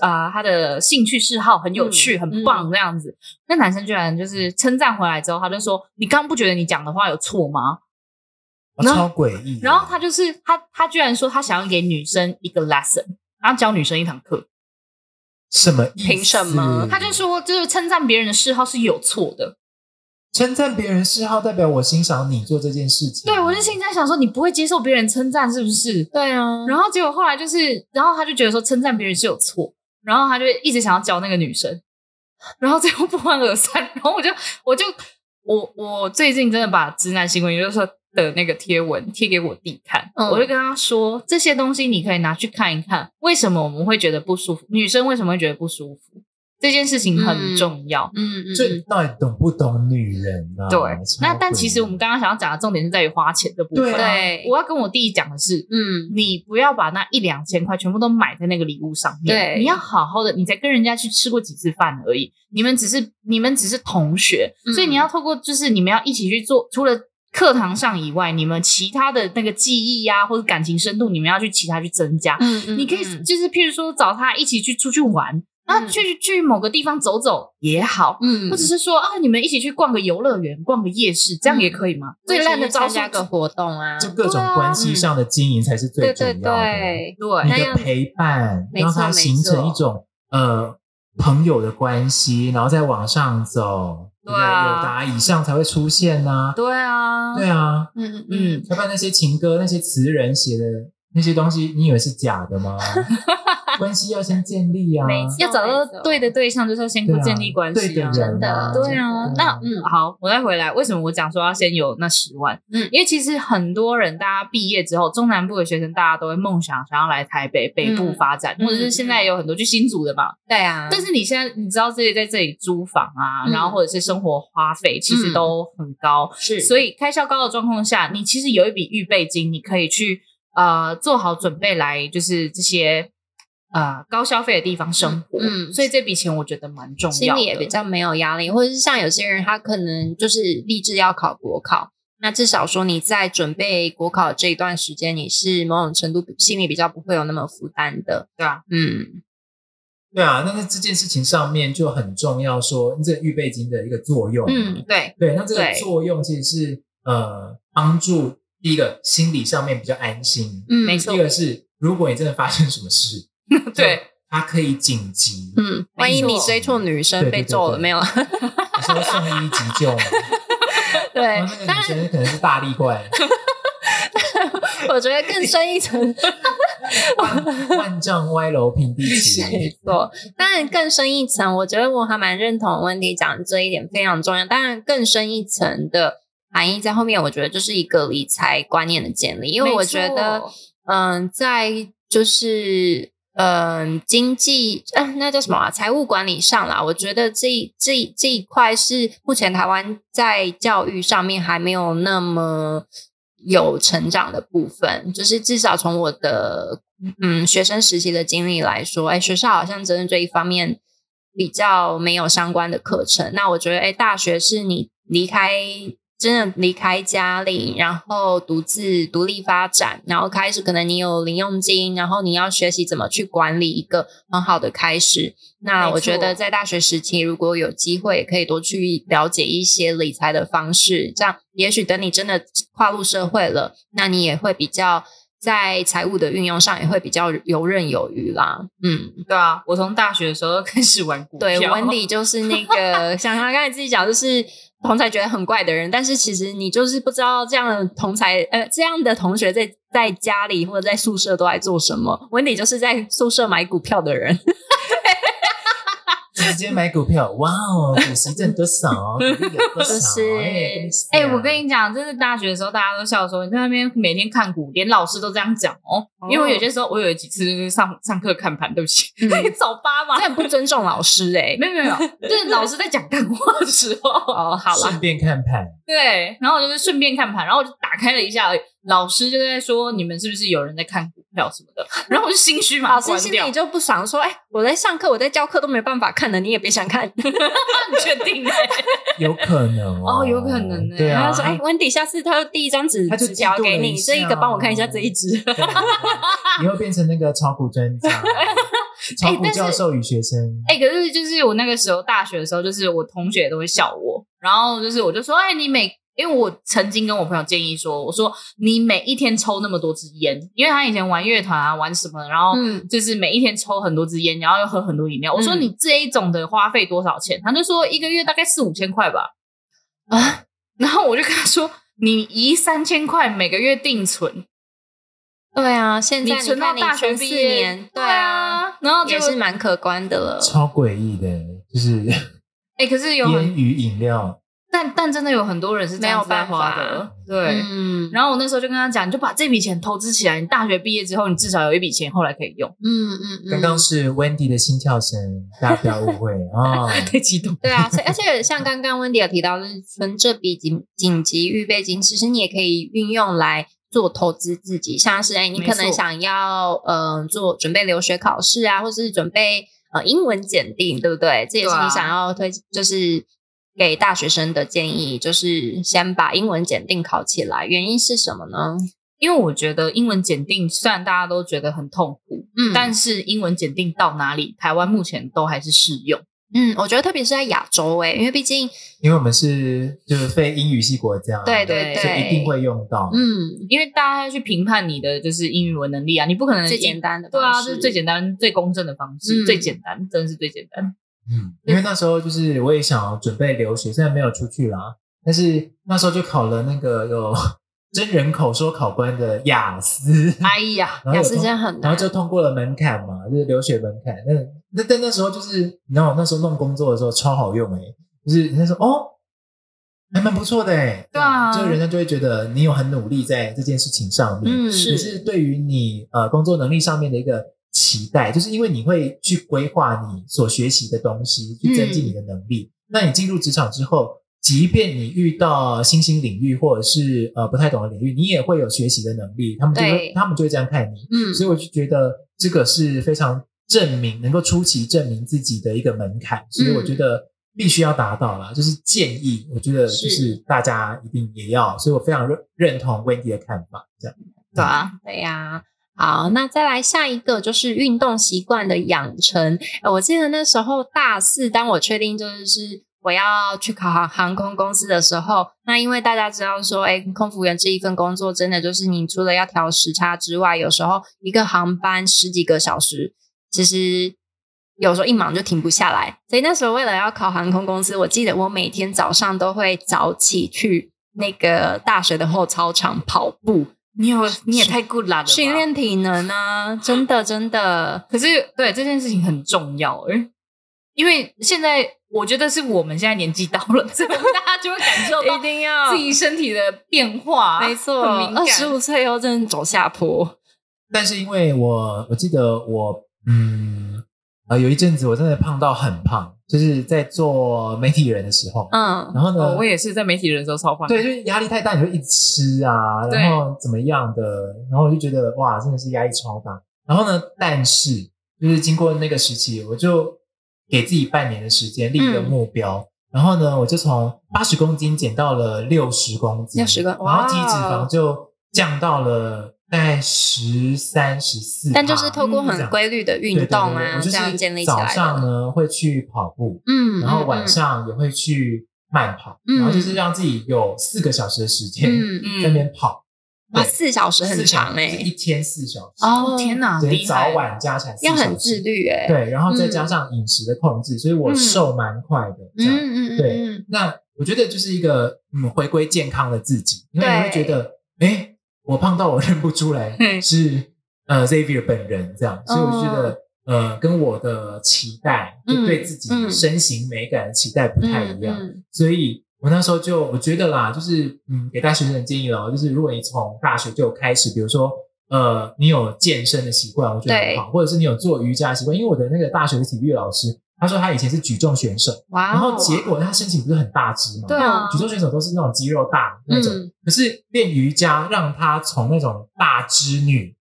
呃他的兴趣嗜好很有趣、嗯很棒这样子。那男生居然就是称赞回来之后，他就说：“你刚不觉得你讲的话有错吗？”哦然后超诡异的。然后他就是他，他居然说他想要给女生一个 lesson，然后教女生一堂课。什么意思？凭什么他就说，就是称赞别人的嗜好是有错的。称赞别人嗜好，代表我欣赏你做这件事情。对我就心里在想说，你不会接受别人称赞是不是？对啊，然后结果后来就是，然后他就觉得说称赞别人是有错，然后他就一直想要教那个女生，然后最后不欢而散。然后我就我就我我最近真的把直男行为也就是说的那个贴文贴给我弟看，嗯我就跟他说这些东西你可以拿去看一看，为什么我们会觉得不舒服？女生为什么会觉得不舒服？这件事情很嗯重要。嗯嗯就嗯，到底懂不懂女人啊？对超，那诡但其实异我们刚刚想要讲的重点是在于花钱的部分。对啊对，我要跟我弟讲的是，嗯你不要把那一两千块全部都买在那个礼物上面，对你要好好的，你才跟人家去吃过几次饭而已，你们只是你们只是同学，嗯所以你要透过就是你们要一起去做，除了课堂上以外，你们其他的那个记忆呀、或者感情深度，你们要去其他去增加。嗯嗯，你可以就是譬如说找他一起去出去玩，啊，去去某个地方走走也好。嗯，或者是说啊，你们一起去逛个游乐园、逛个夜市，这样也可以吗？最烂的招嗯参数加个活动啊，就各种关系上的经营才是最对重要对的。对，对啊你那样的陪伴，没错让它形成没错一种呃朋友的关系，然后再往上走，对不啊有达以上才会出现呐、对啊，对啊，嗯嗯嗯嗯，要不然那些情歌、那些词人写的那些东西，你以为是假 *laughs* 的吗？关系要先建立啊，没错要找到对的对象，就是要先对啊，建立关对系啊。的人啊，真的对啊，对那啊嗯，好，我再回来。为什么我讲说要先有那十万？嗯因为其实很多人，大家毕业之后，中南部的学生，大家都会梦想想要来台北北部发展，嗯或者是现在有很多去新竹的嘛。对啊，但是你现在你知道自己在这里租房啊，嗯然后或者是生活花费，其实都很高，是所以开销高的状况下，你其实有一笔预备金，你可以去呃做好准备来，就是这些呃高消费的地方生活。嗯嗯所以这笔钱我觉得蛮重要的，心里也比较没有压力，或者是像有些人他可能就是立志要考国考，那至少说你在准备国考这一段时间，你是某种程度心里比较不会有那么负担的。对啊，嗯，对啊，那在这件事情上面就很重要说，这个预备金的一个作用，嗯，对，对，那这个对作用其实是呃帮助第一个心理上面比较安心，嗯，没错第二个是如果你真的发生什么事， *laughs* 对，它可以紧 *laughs* 急，嗯，万一没错你追错女生对被对对揍了对没有？ *laughs* 你说送医急救嘛，对然后那，个当女然生可能是大力怪，我觉得更深一 *laughs* 层，万万丈歪楼平地没 *laughs* 起。错。当然更深一层，我觉得我还蛮认同温迪讲这一点非常重要。当然更深一层的含义在后面，我觉得就是一个理财观念的建立，因为我觉得。嗯，在就是嗯经济嗯、呃那叫什么啊？财务管理上啦，我觉得这这这一块是目前台湾在教育上面还没有那么有成长的部分，就是至少从我的嗯学生时期的经历来说，哎，学校好像真的这一方面比较没有相关的课程。那我觉得，哎，大学是你离开真的离开家里，然后独自独立发展，然后开始可能你有零用金，然后你要学习怎么去管理一个很好的开始。那没我觉错得在大学时期，如果有机会，可以多去了解一些理财的方式，这样也许等你真的跨入社会了，那你也会比较。在财务的运用上也会比较游刃有余啦，嗯，对啊，我从大学的时候开始玩股票，对，温迪就是那 *laughs* 个，像他刚才自己讲，就是同才觉得很怪的人，但是其实你就是不知道这样的同才，呃，这样的同学在在家里或者在宿舍都在做什么。温迪就是在宿舍买股票的人， *laughs* 直接买股票，哇哦，股息挣多少？ *laughs* 股利有多少？就是哎哎、啊我跟你讲，就是大学的时候，大家都笑说你在那边每天看股，连老师都这样讲哦。因为我有些时候，我有几次就是上上课看盘，对 *laughs* 不起，嗯早八嘛这，很不尊重老师哎、没有没有，没有就是老师在讲干话的时候， *laughs* 哦，好啦，顺便看盘，对，然后我就是顺便看盘，然后我就打开了一下而已，老师就在说你们是不是有人在看股票什么 *laughs* 的，然后我就心虚嘛，老师关心掉里就不爽，说：“哎、我在上课，我在教课都没办法看的，你也别想看。很确 *laughs* 定、欸，有可能哦有可能欸对”然啊后，说：“哎、温迪，下次他第一张纸他就纸条嫉妒了给一你，下这一个帮我看一下这一支。对啊以后变成那个炒股专 *laughs* 家，炒股教授与学生，哎、可是就是我那个时候大学的时候，就是我同学都会笑我，然后就是我就说，哎、你每因为我曾经跟我朋友建议说，我说你每一天抽那么多支烟，因为他以前玩乐团啊，玩什么的，然后嗯就是每一天抽很多支烟，然后又喝很多饮料。我说嗯你这一种的花费多少钱？他就说一个月大概四五千块吧。啊，然后我就跟他说，你一三千块每个月定存，对啊，现在你看存到你大学存毕四业，年，对对啊，啊，然后就也是蛮可观的了。超诡异的，就是哎、可是有很烟与饮料，但但真的有很多人是这样子在花没有办的，对。嗯然后我那时候就跟他讲，你就把这笔钱投资起来，你大学毕业之后，你至少有一笔钱后来可以 *laughs* 用。嗯嗯嗯，刚刚是 Wendy 的心跳声，大家不要误会啊。哦太激动，对啊，所以而且像刚刚温迪有提到，就是存这笔紧紧急预备金，其实你也可以运用来做投资自己，像是哎，你没可能错想要嗯、呃做准备留学考试啊，或是准备呃英文检定，对不对？这也是对你啊想要推，就是给大学生的建议，就是先把英文检定考起来。原因是什么呢？因为我觉得英文检定虽然大家都觉得很痛苦，嗯但是英文检定到哪里，台湾目前都还是适用。嗯，我觉得特别是在亚洲哎、因为毕竟因为我们是就是非英语系国家，对对所以一定会用到。嗯，因为大家要去评判你的就是英语文能力啊，你不可能最简单的对啊，方这式是最简单、最公正的方式，嗯最简单，真的是最简 *laughs* 单。嗯，因为那时候就是我也想要准备留学，虽然没有出去啦，但是那时候就考了那个有 *laughs* 真人口说考官的雅思，哎呀，然后雅有思通真的很然难后。就通过了门槛嘛，就是留学门槛。那那但那时候就是，你知道我那时候弄工作的时候超好用诶、就是人家说哦，还蛮不错的诶、对啊就人家就会觉得你有很努力在这件事情上面，嗯只是对于你呃工作能力上面的一个期待，就是因为你会去规划你所学习的东西，去增进你的能嗯力。那你进入职场之后，即便你遇到新兴领域或者是呃不太懂的领域，你也会有学习的能力，他们就对会他们就会这样看你。嗯，所以我就觉得这个是非常证明能够出奇证明自己的一个门槛，所嗯以我觉得必须要达到啦，就是建议，我觉得就是是大家一定也要，所以我非常认认同 Wendy 的看法，这样对啊，对呀、好，那再来下一个就是运动习惯的养成。呃我记得那时候大四，当我确定就是我要去考航航空公司的时候，那因为大家知道说，哎，空服员这一份工作真的就是你除了要调时差之外，有时候一个航班十几个小时，其实有时候一忙就停不下来。所以那时候为了要考航空公司，我记得我每天早上都会早起去那个大学的后操场跑步。你有你也太 good 啦了吧，训练体能 *laughs* 啊，真的真的，可是对这件事情很重要哎、因为现在我觉得是我们现在年纪到了，所以大家就会感受 *laughs* 一到定要自，己身体的变化，啊没错，很敏感二十五岁后真的走下坡，但是因为我我记得我嗯呃有一阵子我真的胖到很胖，就是在做媒体人的时候，嗯，然后呢，哦，我也是在媒体人的时候超胖，对，就是压力太大，你会一直吃啊，对然后怎么样的，然后我就觉得哇，真的是压力超大。然后呢，但是就是经过那个时期，我就给自己半年的时间立一嗯个目标，然后呢，我就从八十公斤减到了六十公斤， 60公然后体脂哇哦肪就降到了大概十三、十四，但就是透过嗯这很样规律的对运对动对啊，我就这样是建立起早来上的，呢会去跑步，嗯，然后嗯晚，上也会去慢跑，嗯然后就是让自己有四个小时的时间嗯嗯，嗯在那边跑，哇，对四小时很四小长时哎、就是一天四小时，哦天哪，对，厉害早晚加起来四要小很时自，律哎、对，然后再加上饮食的控制，所以我嗯瘦蛮快的，这样。嗯嗯嗯对嗯，那我觉得就是一个嗯，回归健康的自己，因为你会对觉得，哎，我胖到我 *laughs* 认不出来嗯是呃 Xavier 本人这样，所以我就觉得。呃，跟我的期待，就哦嗯对自己嗯身形美感的期待不太一样，嗯所以我那时候就我觉得啦，就是嗯，给大学生的建议了，就是如果你从大学就有开始，比如说呃，你有健身的习惯，我觉得很好，或者是你有做瑜伽的习惯，因为我的那个大学的体育老师，他说他以前是举重选手，哇、哦，然后结果他身体不是很大只嘛，对啊，举重选手都是那种肌肉大那种，嗯可是练瑜伽让他从那种大只女，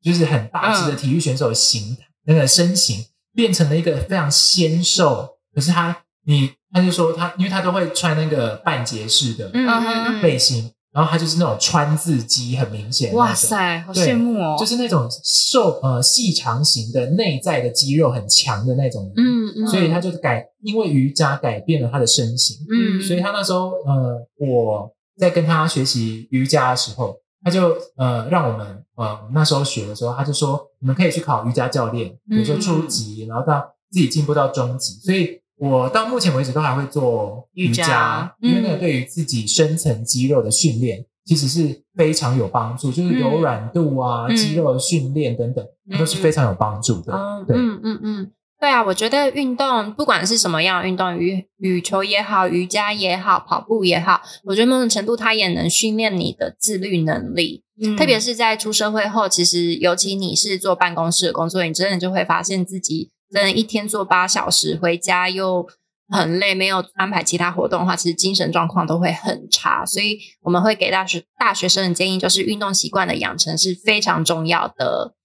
就是很大只的体育选手的形、那个身形，变成了一个非常纤瘦。可是他，你他就说他，因为他都会穿那个半截式的嗯嗯嗯嗯，背心，然后他就是那种川字肌很明显的那种。哇塞，好对羡慕哦，就是那种瘦呃细长型的内在的肌肉很强的那种人，嗯嗯，所以他就改因为瑜伽改变了他的身形，嗯，所以他那时候呃，我在跟他学习瑜伽的时候，他就呃让我们呃我们那时候学的时候，他就说你们可以去考瑜伽教练，比嗯如说初级，然后到自己进步到中级，所以。我到目前为止都还会做瑜瑜伽因为嗯那个对于自己深层肌肉的训练其实是非常有帮助，就是柔嗯软度啊、嗯肌肉的训练等等，都是非常有帮助的。哦，对，嗯嗯嗯，对啊，我觉得运动不管是什么样的运动，羽羽球也好，瑜伽也好，跑步也好，我觉得某种程度它也能训练你的自律能力。嗯特别是在出社会后，其实尤其你是做办公室的工作，你真的就会发现自己真的一天做八小时，回家又很累，没有安排其他活动的话，其实精神状况都会很差。所以我们会给大学大学生的建议就是，运动习惯的养成是非常重要的。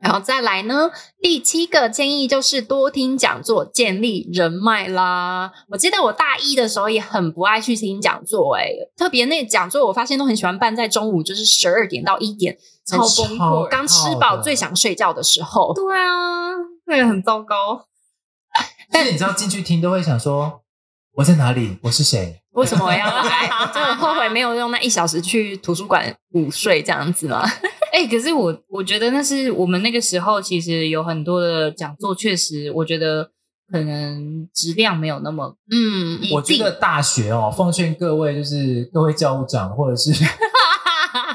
然后再来呢，第七个建议就是多听讲座，建立人脉啦。我记得我大一的时候也很不爱去听讲座、欸，特别那讲座我发现都很喜欢办在中午，就是十二点到一点，超崩超溃，刚吃饱最想睡觉的时候。对啊，那个很糟糕，但是你知道进去听都会想说我在哪里，我是谁，为什么我要来？就很后悔没有用那一小时去图书馆午睡这样子嘛。哎、可是我我觉得那是我们那个时候，其实有很多的讲座，确实我觉得可能质量没有那么嗯，我觉得大学哦，奉劝各位就是各位教务长或 *laughs* 者是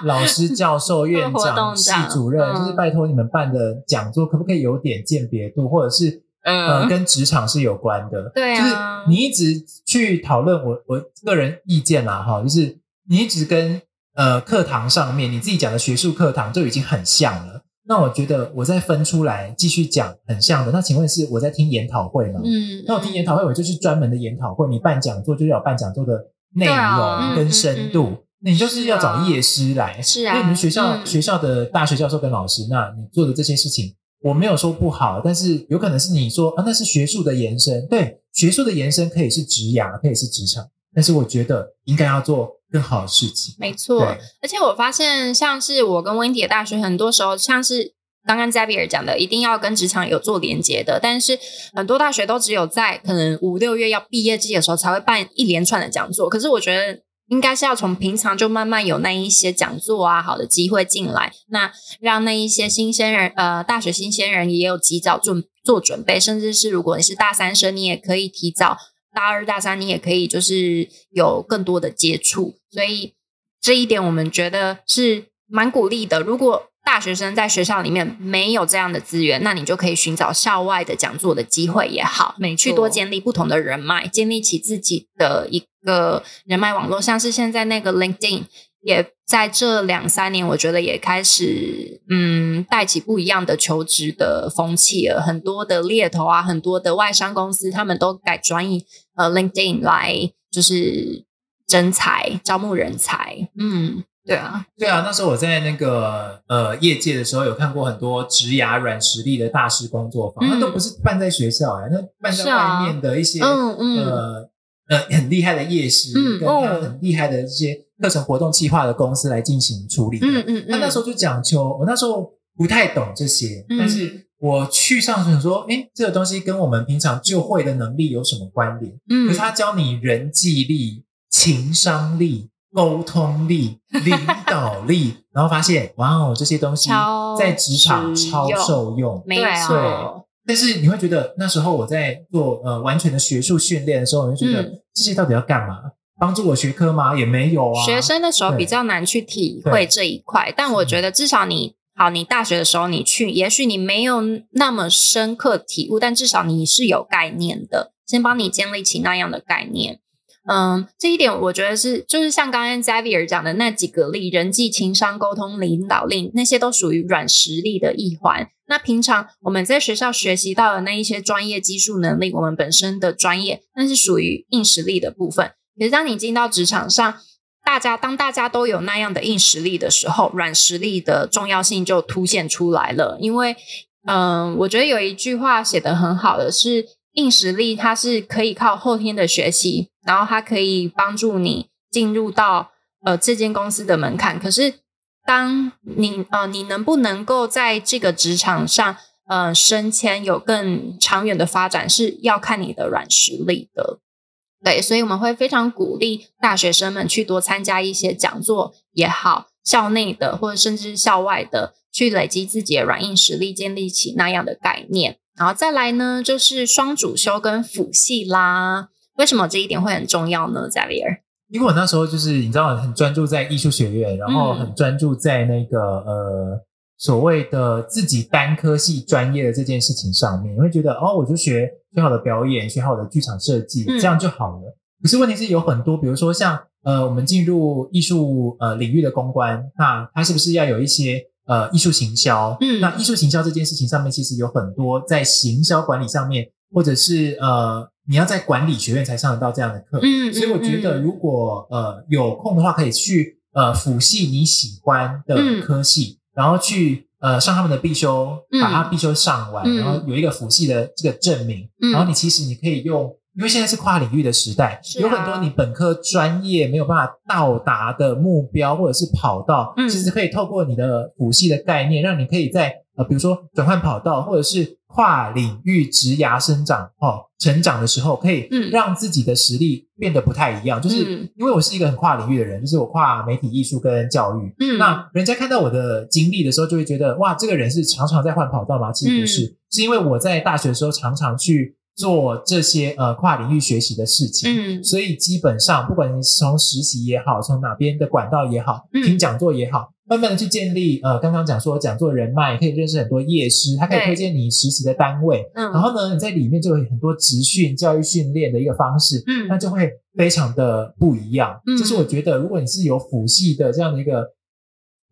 老师、教授、院活动长、系长主任，嗯就是拜托你们办的讲座，可不可以有点鉴别度，或者是呃嗯跟职场是有关的？对就是啊你一直去讨论我我个人意见啦，哈，就是你一直跟呃课堂上面你自己讲的学术课堂就已经很像了。那我觉得我再分出来继续讲很像的，那请问是我在听研讨会吗？嗯，那我听研讨会，我就是专门的研讨会，你办讲座就是要有办讲座的内对啊容跟深度。嗯你就是要找业师来，是啊因为你们学校、嗯学校的大学教授跟老师，那你做的这些事情，我没有说不好，但是有可能是你说啊，那是学术的延伸，对，学术的延伸可以是职涯，可以是职场，但是我觉得应该要做更好的事情。没错。对，而且我发现，像是我跟温迪的大学，很多时候像是刚刚加比尔讲的，一定要跟职场有做连接的，但是很多大学都只有在可能五六月要毕业季的时候才会办一连串的讲座。可是我觉得。应该是要从平常就慢慢有那一些讲座啊，好的机会进来，那让那一些新鲜人，呃，大学新鲜人也有及早准做准备，甚至是如果你是大三生，你也可以提早大二、大三，你也可以就是有更多的接触，所以这一点我们觉得是蛮鼓励的。如果大学生在学校里面没有这样的资源，那你就可以寻找校外的讲座的机会也好，没去错多建立不同的人脉，建立起自己的一个人脉网络。像是现在那个 LinkedIn，也在这两三年，我觉得也开始嗯带起不一样的求职的风气了。很多的猎头啊，很多的外商公司，他们都改专以呃 LinkedIn 来就是征才、招募人才。嗯，对啊，对啊，那时候我在那个呃业界的时候，有看过很多职涯软实力的大师工作坊，嗯那都不是办在学校哎、那办在是啊外面的一些、嗯嗯呃呃很厉害的夜市，嗯跟他哦很厉害的这些课程活动计划的公司来进行处理的。嗯嗯那嗯，那时候就讲究，我那时候不太懂这些，嗯但是我去上学说，哎，这个东西跟我们平常就会的能力有什么关联？嗯可是他教你人际力、情商力、沟 *laughs* 通力、领导力，然后发现，哇哦，这些东西超在职场实超用受用。没对啊错，但是你会觉得那时候我在做呃完全的学术训练的时候，我就觉得、嗯这些到底要干嘛？帮助我学科吗？也没有啊。学生的时候对比较难去体会对这一块，但我觉得至少你。好，你大学的时候你去，也许你没有那么深刻体悟，但至少你是有概念的，先帮你建立起那样的概念。嗯，这一点我觉得是，就是像刚刚 Xavier 讲的那几个例，人际、情商、沟通、领导力，那些都属于软实力的一环。那平常我们在学校学习到的那一些专业技术能力，我们本身的专业，那是属于硬实力的部分。可是当你进到职场上，大家当大家都有那样的硬实力的时候，软实力的重要性就凸显出来了。因为，嗯，我觉得有一句话写得很好的是，硬实力它是可以靠后天的学习，然后它可以帮助你进入到呃这间公司的门槛。可是，当你呃你能不能够在这个职场上呃升迁有更长远的发展，是要看你的软实力的。对，所以我们会非常鼓励大学生们去多参加一些讲座也好，校内的或者甚至是校外的，去累积自己的软硬实力，建立起那样的概念。然后再来呢，就是双主修跟辅系啦。为什么这一点会很重要呢？加里尔，因为我那时候就是你知道很专注在艺术学院，然后嗯很专注在那个、呃所谓的自己单科系专业的这件事情上面，你会觉得哦，我就学学好了表演，学好了剧场设计，嗯这样就好了。可是问题是有很多，比如说像呃我们进入艺术呃领域的公关，那它是不是要有一些呃艺术行销？嗯那艺术行销这件事情上面，其实有很多在行销管理上面，或者是呃你要在管理学院才上得到这样的课，嗯所以我觉得，嗯如果呃有空的话，可以去呃辅系你喜欢的科系，然后去呃上他们的必修，嗯把它必修上完，嗯然后有一个辅系的这个证明，嗯然后你其实你可以用。因为现在是跨领域的时代，是啊有很多你本科专业没有办法到达的目标或者是跑道，嗯其实可以透过你的辅系的概念，让你可以在呃，比如说转换跑道或者是跨领域职涯生长哦成长的时候，可以嗯让自己的实力变得不太一样。就是嗯因为我是一个很跨领域的人，就是我跨媒体、艺术跟教育，嗯那人家看到我的经历的时候，就会觉得哇，这个人是常常在换跑道吗？其实不嗯是，是因为我在大学的时候常常去做这些呃跨领域学习的事情。嗯所以基本上，不管你是从实习也好，从哪边的管道也好，嗯听讲座也好，慢慢的去建立呃，刚刚讲说讲座人脉，可以认识很多业师，他可以对推荐你实习的单位，嗯，然后呢，你在里面就有很多职训、教育训练的一个方式，嗯那就会非常的不一样。嗯就是我觉得，如果你是有辅系的这样的一个，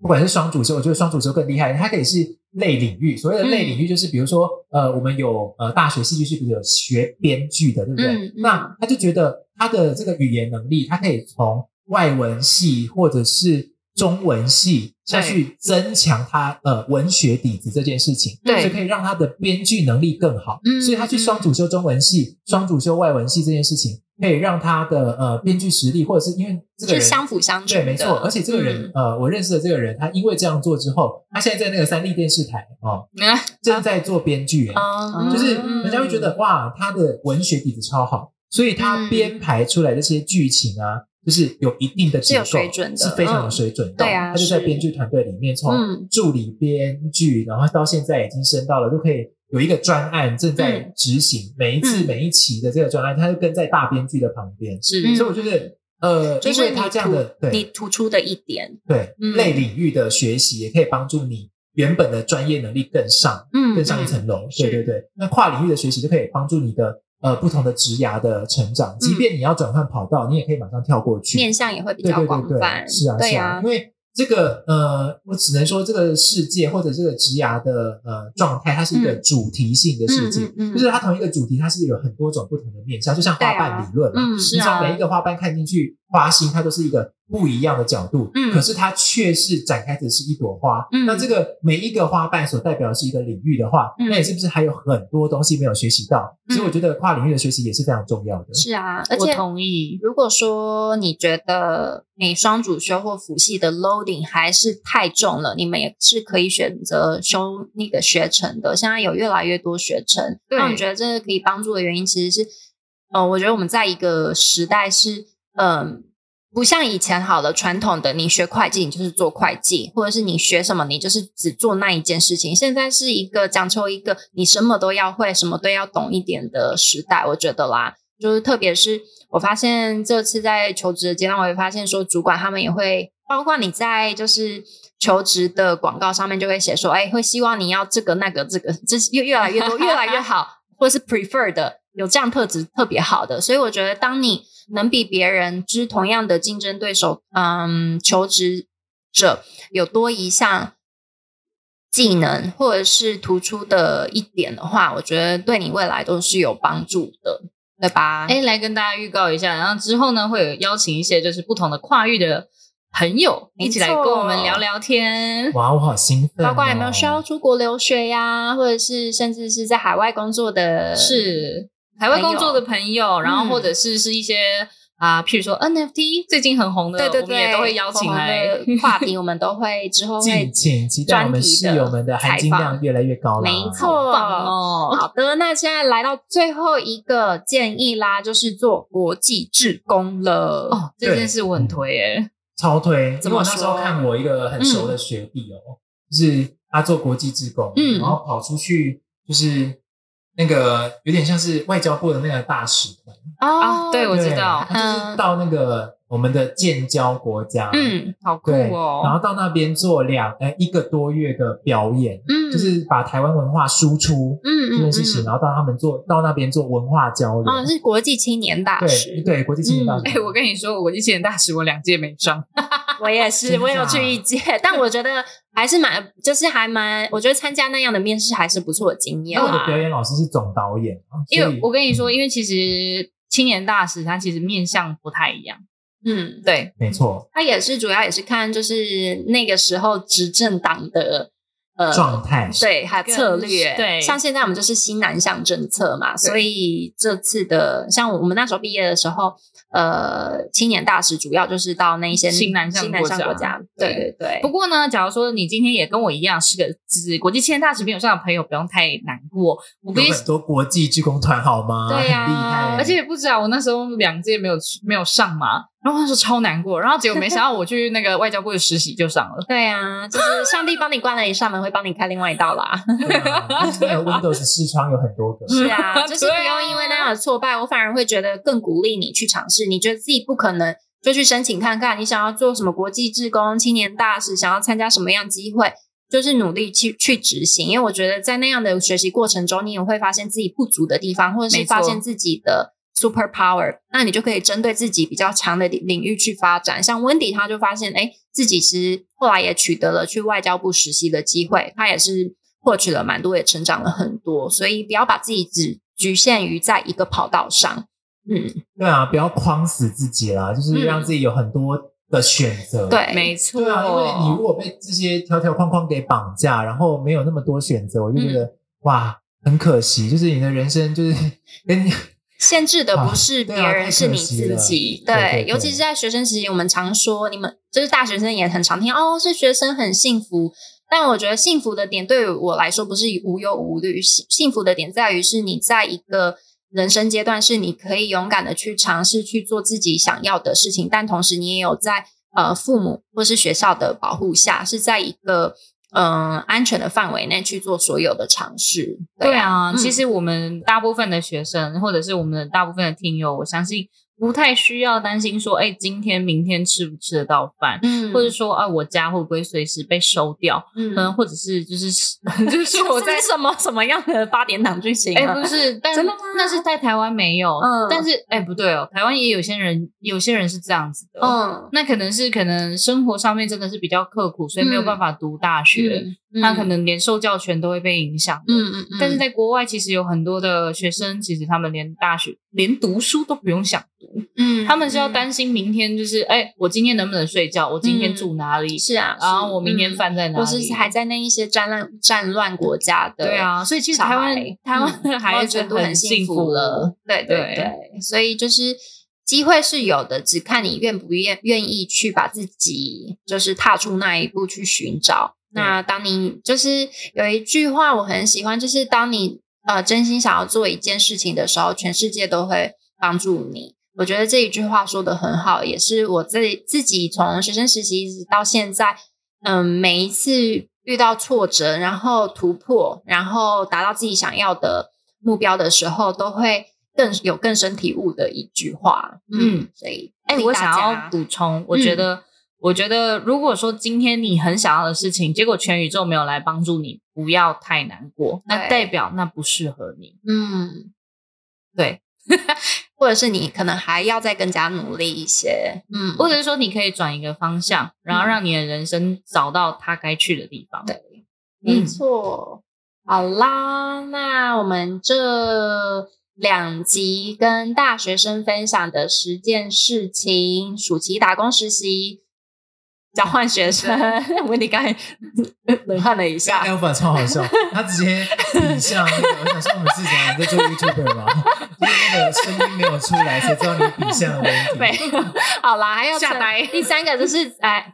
不管是双主修，我觉得双主修更厉害，它可以是类领域。所谓嗯的类领域，就是比如说，呃，我们有呃大学戏剧系，比如有学编剧的，对不对？嗯嗯那他就觉得他的这个语言能力，他可以从外文系或者是中文系下去增强他呃文学底子这件事情。对所以可以让他的编剧能力更好。嗯所以他去双主修中文系、双主修外文系这件事情，可以让他的呃编剧实力，或者是因为这个是人相辅相成对，的，嗯没错。 *laughs* 而且这个人、呃，我认识的这个人，他因为这样做之后，他现在在那个三立电视台哦，正在做编剧、欸，啊嗯，就是嗯人家会觉得哇，他的文学底子超好，所以他编排出来的这些剧情啊，就是有一定的结构是有水准的是非常有水准的。对啊他就在是编剧团队里面，嗯从助理编剧，然后到现在已经升到了，就可以有一个专案正在嗯执行，每一次嗯每一期的这个专案，他就跟在大编剧的旁边。是嗯所以我觉得呃，就因是为你它这样突的你对突出的一点，对嗯类领域的学习，也可以帮助你原本的专业能力更上嗯更上一层楼。对对对，那跨领域的学习就可以帮助你的呃不同的职涯的成长。嗯即便你要转换跑道，你也可以马上跳过去。面向也会比对较对广对泛，对，是啊对是啊啊，因，为这个呃，我只能说这个世界或者这个职涯的呃状态，它是一个嗯主题性的世界。嗯嗯嗯就是它同一个主题，它是有很多种不同的面向，就像花瓣理论嘛，嗯是你啊从每一个花瓣看进去，花心它都是一个不一样的角度，嗯可是它却是展开的是一朵花。嗯那这个每一个花瓣所代表的是一个领域的话，嗯那你是不是还有很多东西没有学习到？嗯所以我觉得跨领域的学习也是非常重要的。是啊，而我且同意。如果说你觉得你双主修或辅系的 loading 还是太重了，你们也是可以选择修那个学程的。现在有越来越多学程，对那我觉得这个可以帮助的原因其实是，呃，我觉得我们在一个时代是，嗯、不像以前好了，传统的你学会计，你就是做会计，或者是你学什么，你就是只做那一件事情。现在是一个讲究一个你什么都要会，什么都要懂一点的时代，我觉得啦，就是特别是我发现这次在求职的阶段，我也发现说，主管他们也会，包括你在就是求职的广告上面就会写说，哎，会希望你要这个那个这个，这越越来越多，越来越好，或是 prefer 的有这样特质特别好的。所以我觉得，当你能比别人知同样的竞争对手，嗯，求职者有多一项技能或者是突出的一点的话，我觉得对你未来都是有帮助的，对吧？哎，来跟大家预告一下，然后之后呢会有邀请一些就是不同的跨域的朋友没一起来跟错我们聊聊天。哇，我好兴奋、哦！包括有没有需要出国留学呀，或者是甚至是在海外工作的，呃是海外工作的朋友，嗯然后或者是是一些啊，譬如说 NFT 最近很红的，对对我对，们也都会邀请来。 *laughs* 我 *laughs* 们的话题，我们都会之后会敬，请期待我们室友们的含金量越来越高啦！没好错。棒 *laughs* 哦，好的，那现在来到最后一个建议啦，就是做国际志工了。哦，这件事我很推耶，超推。怎因么为我那时候说看我一个很熟的学弟哦，就是他做国际志工，嗯然后跑出去就是那个有点像是外交部的那个大使团，哦啊对我知对道他就是到那个我们的建交国家，，嗯好酷对，然哦，后到那边做两呃一个多月的表演，嗯，就是把台湾文化输出嗯这嗯件嗯事情，然后到他们做到那边做文化交流，啊，是国际青年大对使，嗯对，国际青年大使哎、团。我跟你说，我一年大使我两届没上， *laughs* 我也 *laughs* 是，真我有假去一届，但我觉得还是蛮，就是还蛮，我觉得参加那样的面试还是不错的经验那我的啦。表演老师是总导演啊，啊因所为以我跟你说，嗯因为其实青年大使他其实面向不太一样，嗯，对，没错，他也是主要也是看就是那个时候执政党的呃状态对，还有跟策略。对像现在我们就是西南向政策嘛，所以这次的像我们那时候毕业的时候，呃，青年大使主要就是到那一些西南向西南国向家国家，对对对。不过呢，假如说你今天也跟我一样是个就是国际青年大使没有上的朋友，不用太难过。我跟你有很多国际志工团好吗？对呀。很厉害，啊而且也不知道我那时候两届没有没有上嘛，然后那时候超难过，然后结果没想到我去那个外交部的实习就上了对啊，就是上帝帮你关了一扇门，会帮你开另外一道啦。对啊那 *laughs* 个 Windows 视窗有很多个，是啊，就是不对啊用因为那样的挫败，我反而会觉得更鼓励你去尝试。你觉得自己不可能，就去申请看看。你想要做什么国际志工、青年大使，想要参加什么样机会，就是努力去去执行。因为我觉得在那样的学习过程中，你也会发现自己不足的地方，或者没是错发现自己的 super power，那你就可以针对自己比较强的领领域去发展。像温迪，他就发现，哎，自己其实后来也取得了去外交部实习的机会，他也是获取了蛮多，也成长了很多。所以不要把自己只局限于在一个跑道上。嗯，对啊，不要框死自己啦，就是嗯让自己有很多的选 *laughs* 择。对，嗯没错，对啊，因为你如果被这些条条框框给绑架，然后没有那么多选择，我就觉嗯得哇，很可惜，就是你的人生就是跟你限制的不是啊别对啊太人，可是你惜自了己。对对尤其对是在学生时期，我们常说，你们就是大学生也很常听哦，是学生很幸福。但我觉得幸福的点对我来说不是无忧无虑，幸幸福的点在于是你在一个人生阶段，是你可以勇敢的去尝试去做自己想要的事情，但同时你也有在呃父母或是学校的保护下，是在一个嗯、呃安全的范围内去做所有的尝试。对啊，其嗯实我们大部分的学生，或者是我们大部分的听友，我相信不太需要担心说，哎，今天明天吃不吃得到饭，嗯或者说啊，我家会不会随时被收掉，嗯嗯，或者是就是 *laughs* 就是我我在在什么什么样的八点档剧情哎、啊？不是，但真的吗那是在台湾没有，嗯但是哎、不对哦，台湾也有些人，有些人是这样子的，，嗯，那可能是可能生活上面真的是比较刻苦，所以没有嗯办法读大学，嗯他可能连受教权都会被影响嗯的。嗯嗯，但是在国外，其实有很多的学生，其实他们连大学、连读书都不用想读，嗯，他们是要嗯担心明天就是，哎、我今天能不能睡觉？我今天嗯住哪里？是啊，然是后我明天嗯饭在哪或里？是还在那一些战乱战乱国家的，对啊，所以其实小台孩，湾台湾的嗯孩子某种程度很幸福了，对啊对对对，所以就是机会是有的，只看你愿不愿愿意去把自己就是踏出那一步去寻找。对那当你就是有一句话我很喜欢，就是当你呃真心想要做一件事情的时候，全世界都会帮助你。我觉得这一句话说的很好，也是我自自己从学生时期一直到现在，嗯，每一次遇到挫折，然后突破，然后达到自己想要的目标的时候，都会更有更深体悟的一句话。嗯，所以哎、鼓励我大想家要补充，我觉得，我觉得，如果说今天你很想要的事情，结果全宇宙没有来帮助你，不要太难过，那对代表那不适合你。嗯，对， *laughs* 或者是你可能还要再更加努力一些。嗯，或者是说你可以转一个方向，然后让你的人生找到它该去的地方。对嗯没错。好啦，那我们这两集跟大学生分享的十件事情，暑期打工实习。交换学 *laughs* 生，温迪 *laughs* 刚才冷汗了一下刚，刚哎 Alpha 超好笑，他直接比上那个，我想说我们是怎样在做 YouTuber 吗？ *laughs* 就是那个声音没有出来，谁知道你比上的问没题？有， *laughs* 好啦，还要吓成呆第三个就是哎。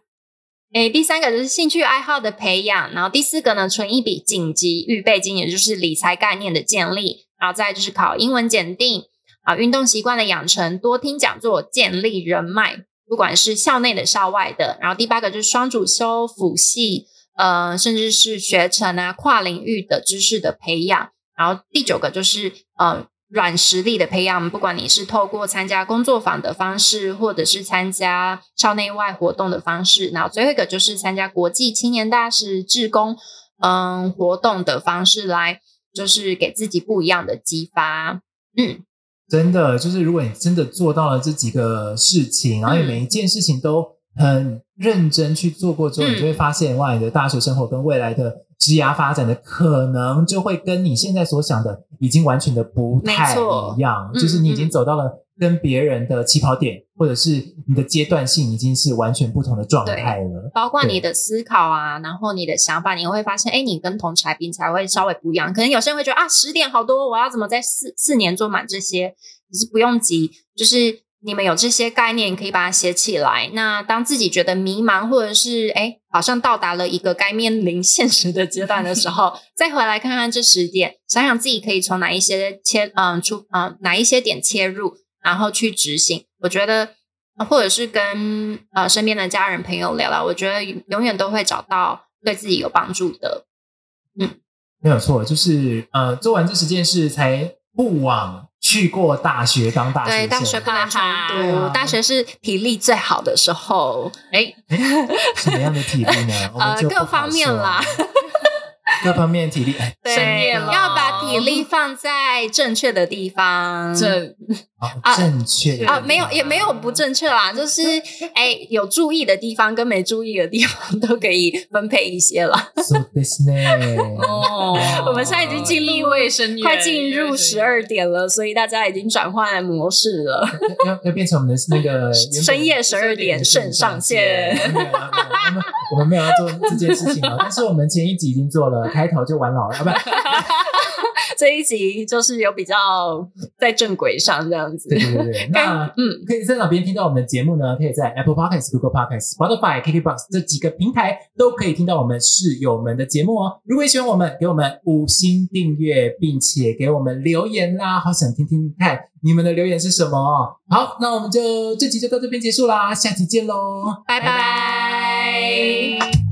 诶，第三个就是兴趣爱好的培养，然后第四个呢，存一笔紧急预备金，也就是理财概念的建立，然后再就是考英文检定啊，运动习惯的养成，多听讲座，建立人脉，不管是校内的、校外的。然后第八个就是双主修辅系，呃，甚至是学程啊，跨领域的知识的培养。然后第九个就是呃软实力的培养，不管你是透过参加工作坊的方式，或者是参加校内外活动的方式，然后最后一个就是参加国际青年大使志工嗯活动的方式来，就是给自己不一样的激发。嗯，真的，就是如果你真的做到了这几个事情，然后你嗯每一件事情都很认真去做过之后，嗯你就会发现，哇，你的大学生活跟未来的职涯发展的可能就会跟你现在所想的已经完全的不太没错一样，嗯就是你已经嗯走到了跟别人的起跑点，或者是你的阶段性已经是完全不同的状态了。包括对你的思考啊，然后你的想法，你会发现，哎，你跟同才比才会稍微不一样。可能有些人会觉得啊，十点好多，我要怎么在四四年做满这些？可是不用急，就是你们有这些概念，你可以把它写起来。那当自己觉得迷茫，或者是哎，好像到达了一个该面临现实的阶段的时候，再回来看看这十点，想想自己可以从哪一些切，嗯，出，嗯，哪一些点切入，然后去执行。我觉得或者是跟呃身边的家人朋友聊聊，我觉得永远都会找到对自己有帮助的。没有错，就是呃，做完这十件事才不枉去过大学当大学生。对，大学不能重对读，啊大学是体力最好的时候， *laughs* 哎、什么样的体 *laughs* 力呢？我们呃就不各好方面说啦， *laughs* 各方面体力。哎深对，夜了要把体力放在正确的地方。这好啊正确啊，没有，也没有不正确啦，就是哎、有注意的地方跟没注意的地方都可以分配一些啦。 *laughs* So *laughs*，this name，哦我们现在已经进入意味深远，快进入十二点了，所以大家已经转换模式了。 *laughs* 要要要变成我们的那个原本深夜十二点肾上腺。没有啊没有我们我们没有要做这件事情啊，但是我们前一集已经做了，开头就玩老了，啊不，这一集就是有比较在正轨上这样子。对对 *laughs* 对对，那。嗯，可以在哪边听到我们的节目呢？可以在 Apple Podcast、Google Podcast、Spotify、KKBox 这几个平台都可以听到我们室友们的节目哦。如果你喜欢我们，给我们五星订阅，并且给我们留言啦，好想听听看你们的留言是什么哦。好，那我们就这集就到这边结束啦，下期见喽，拜拜。拜拜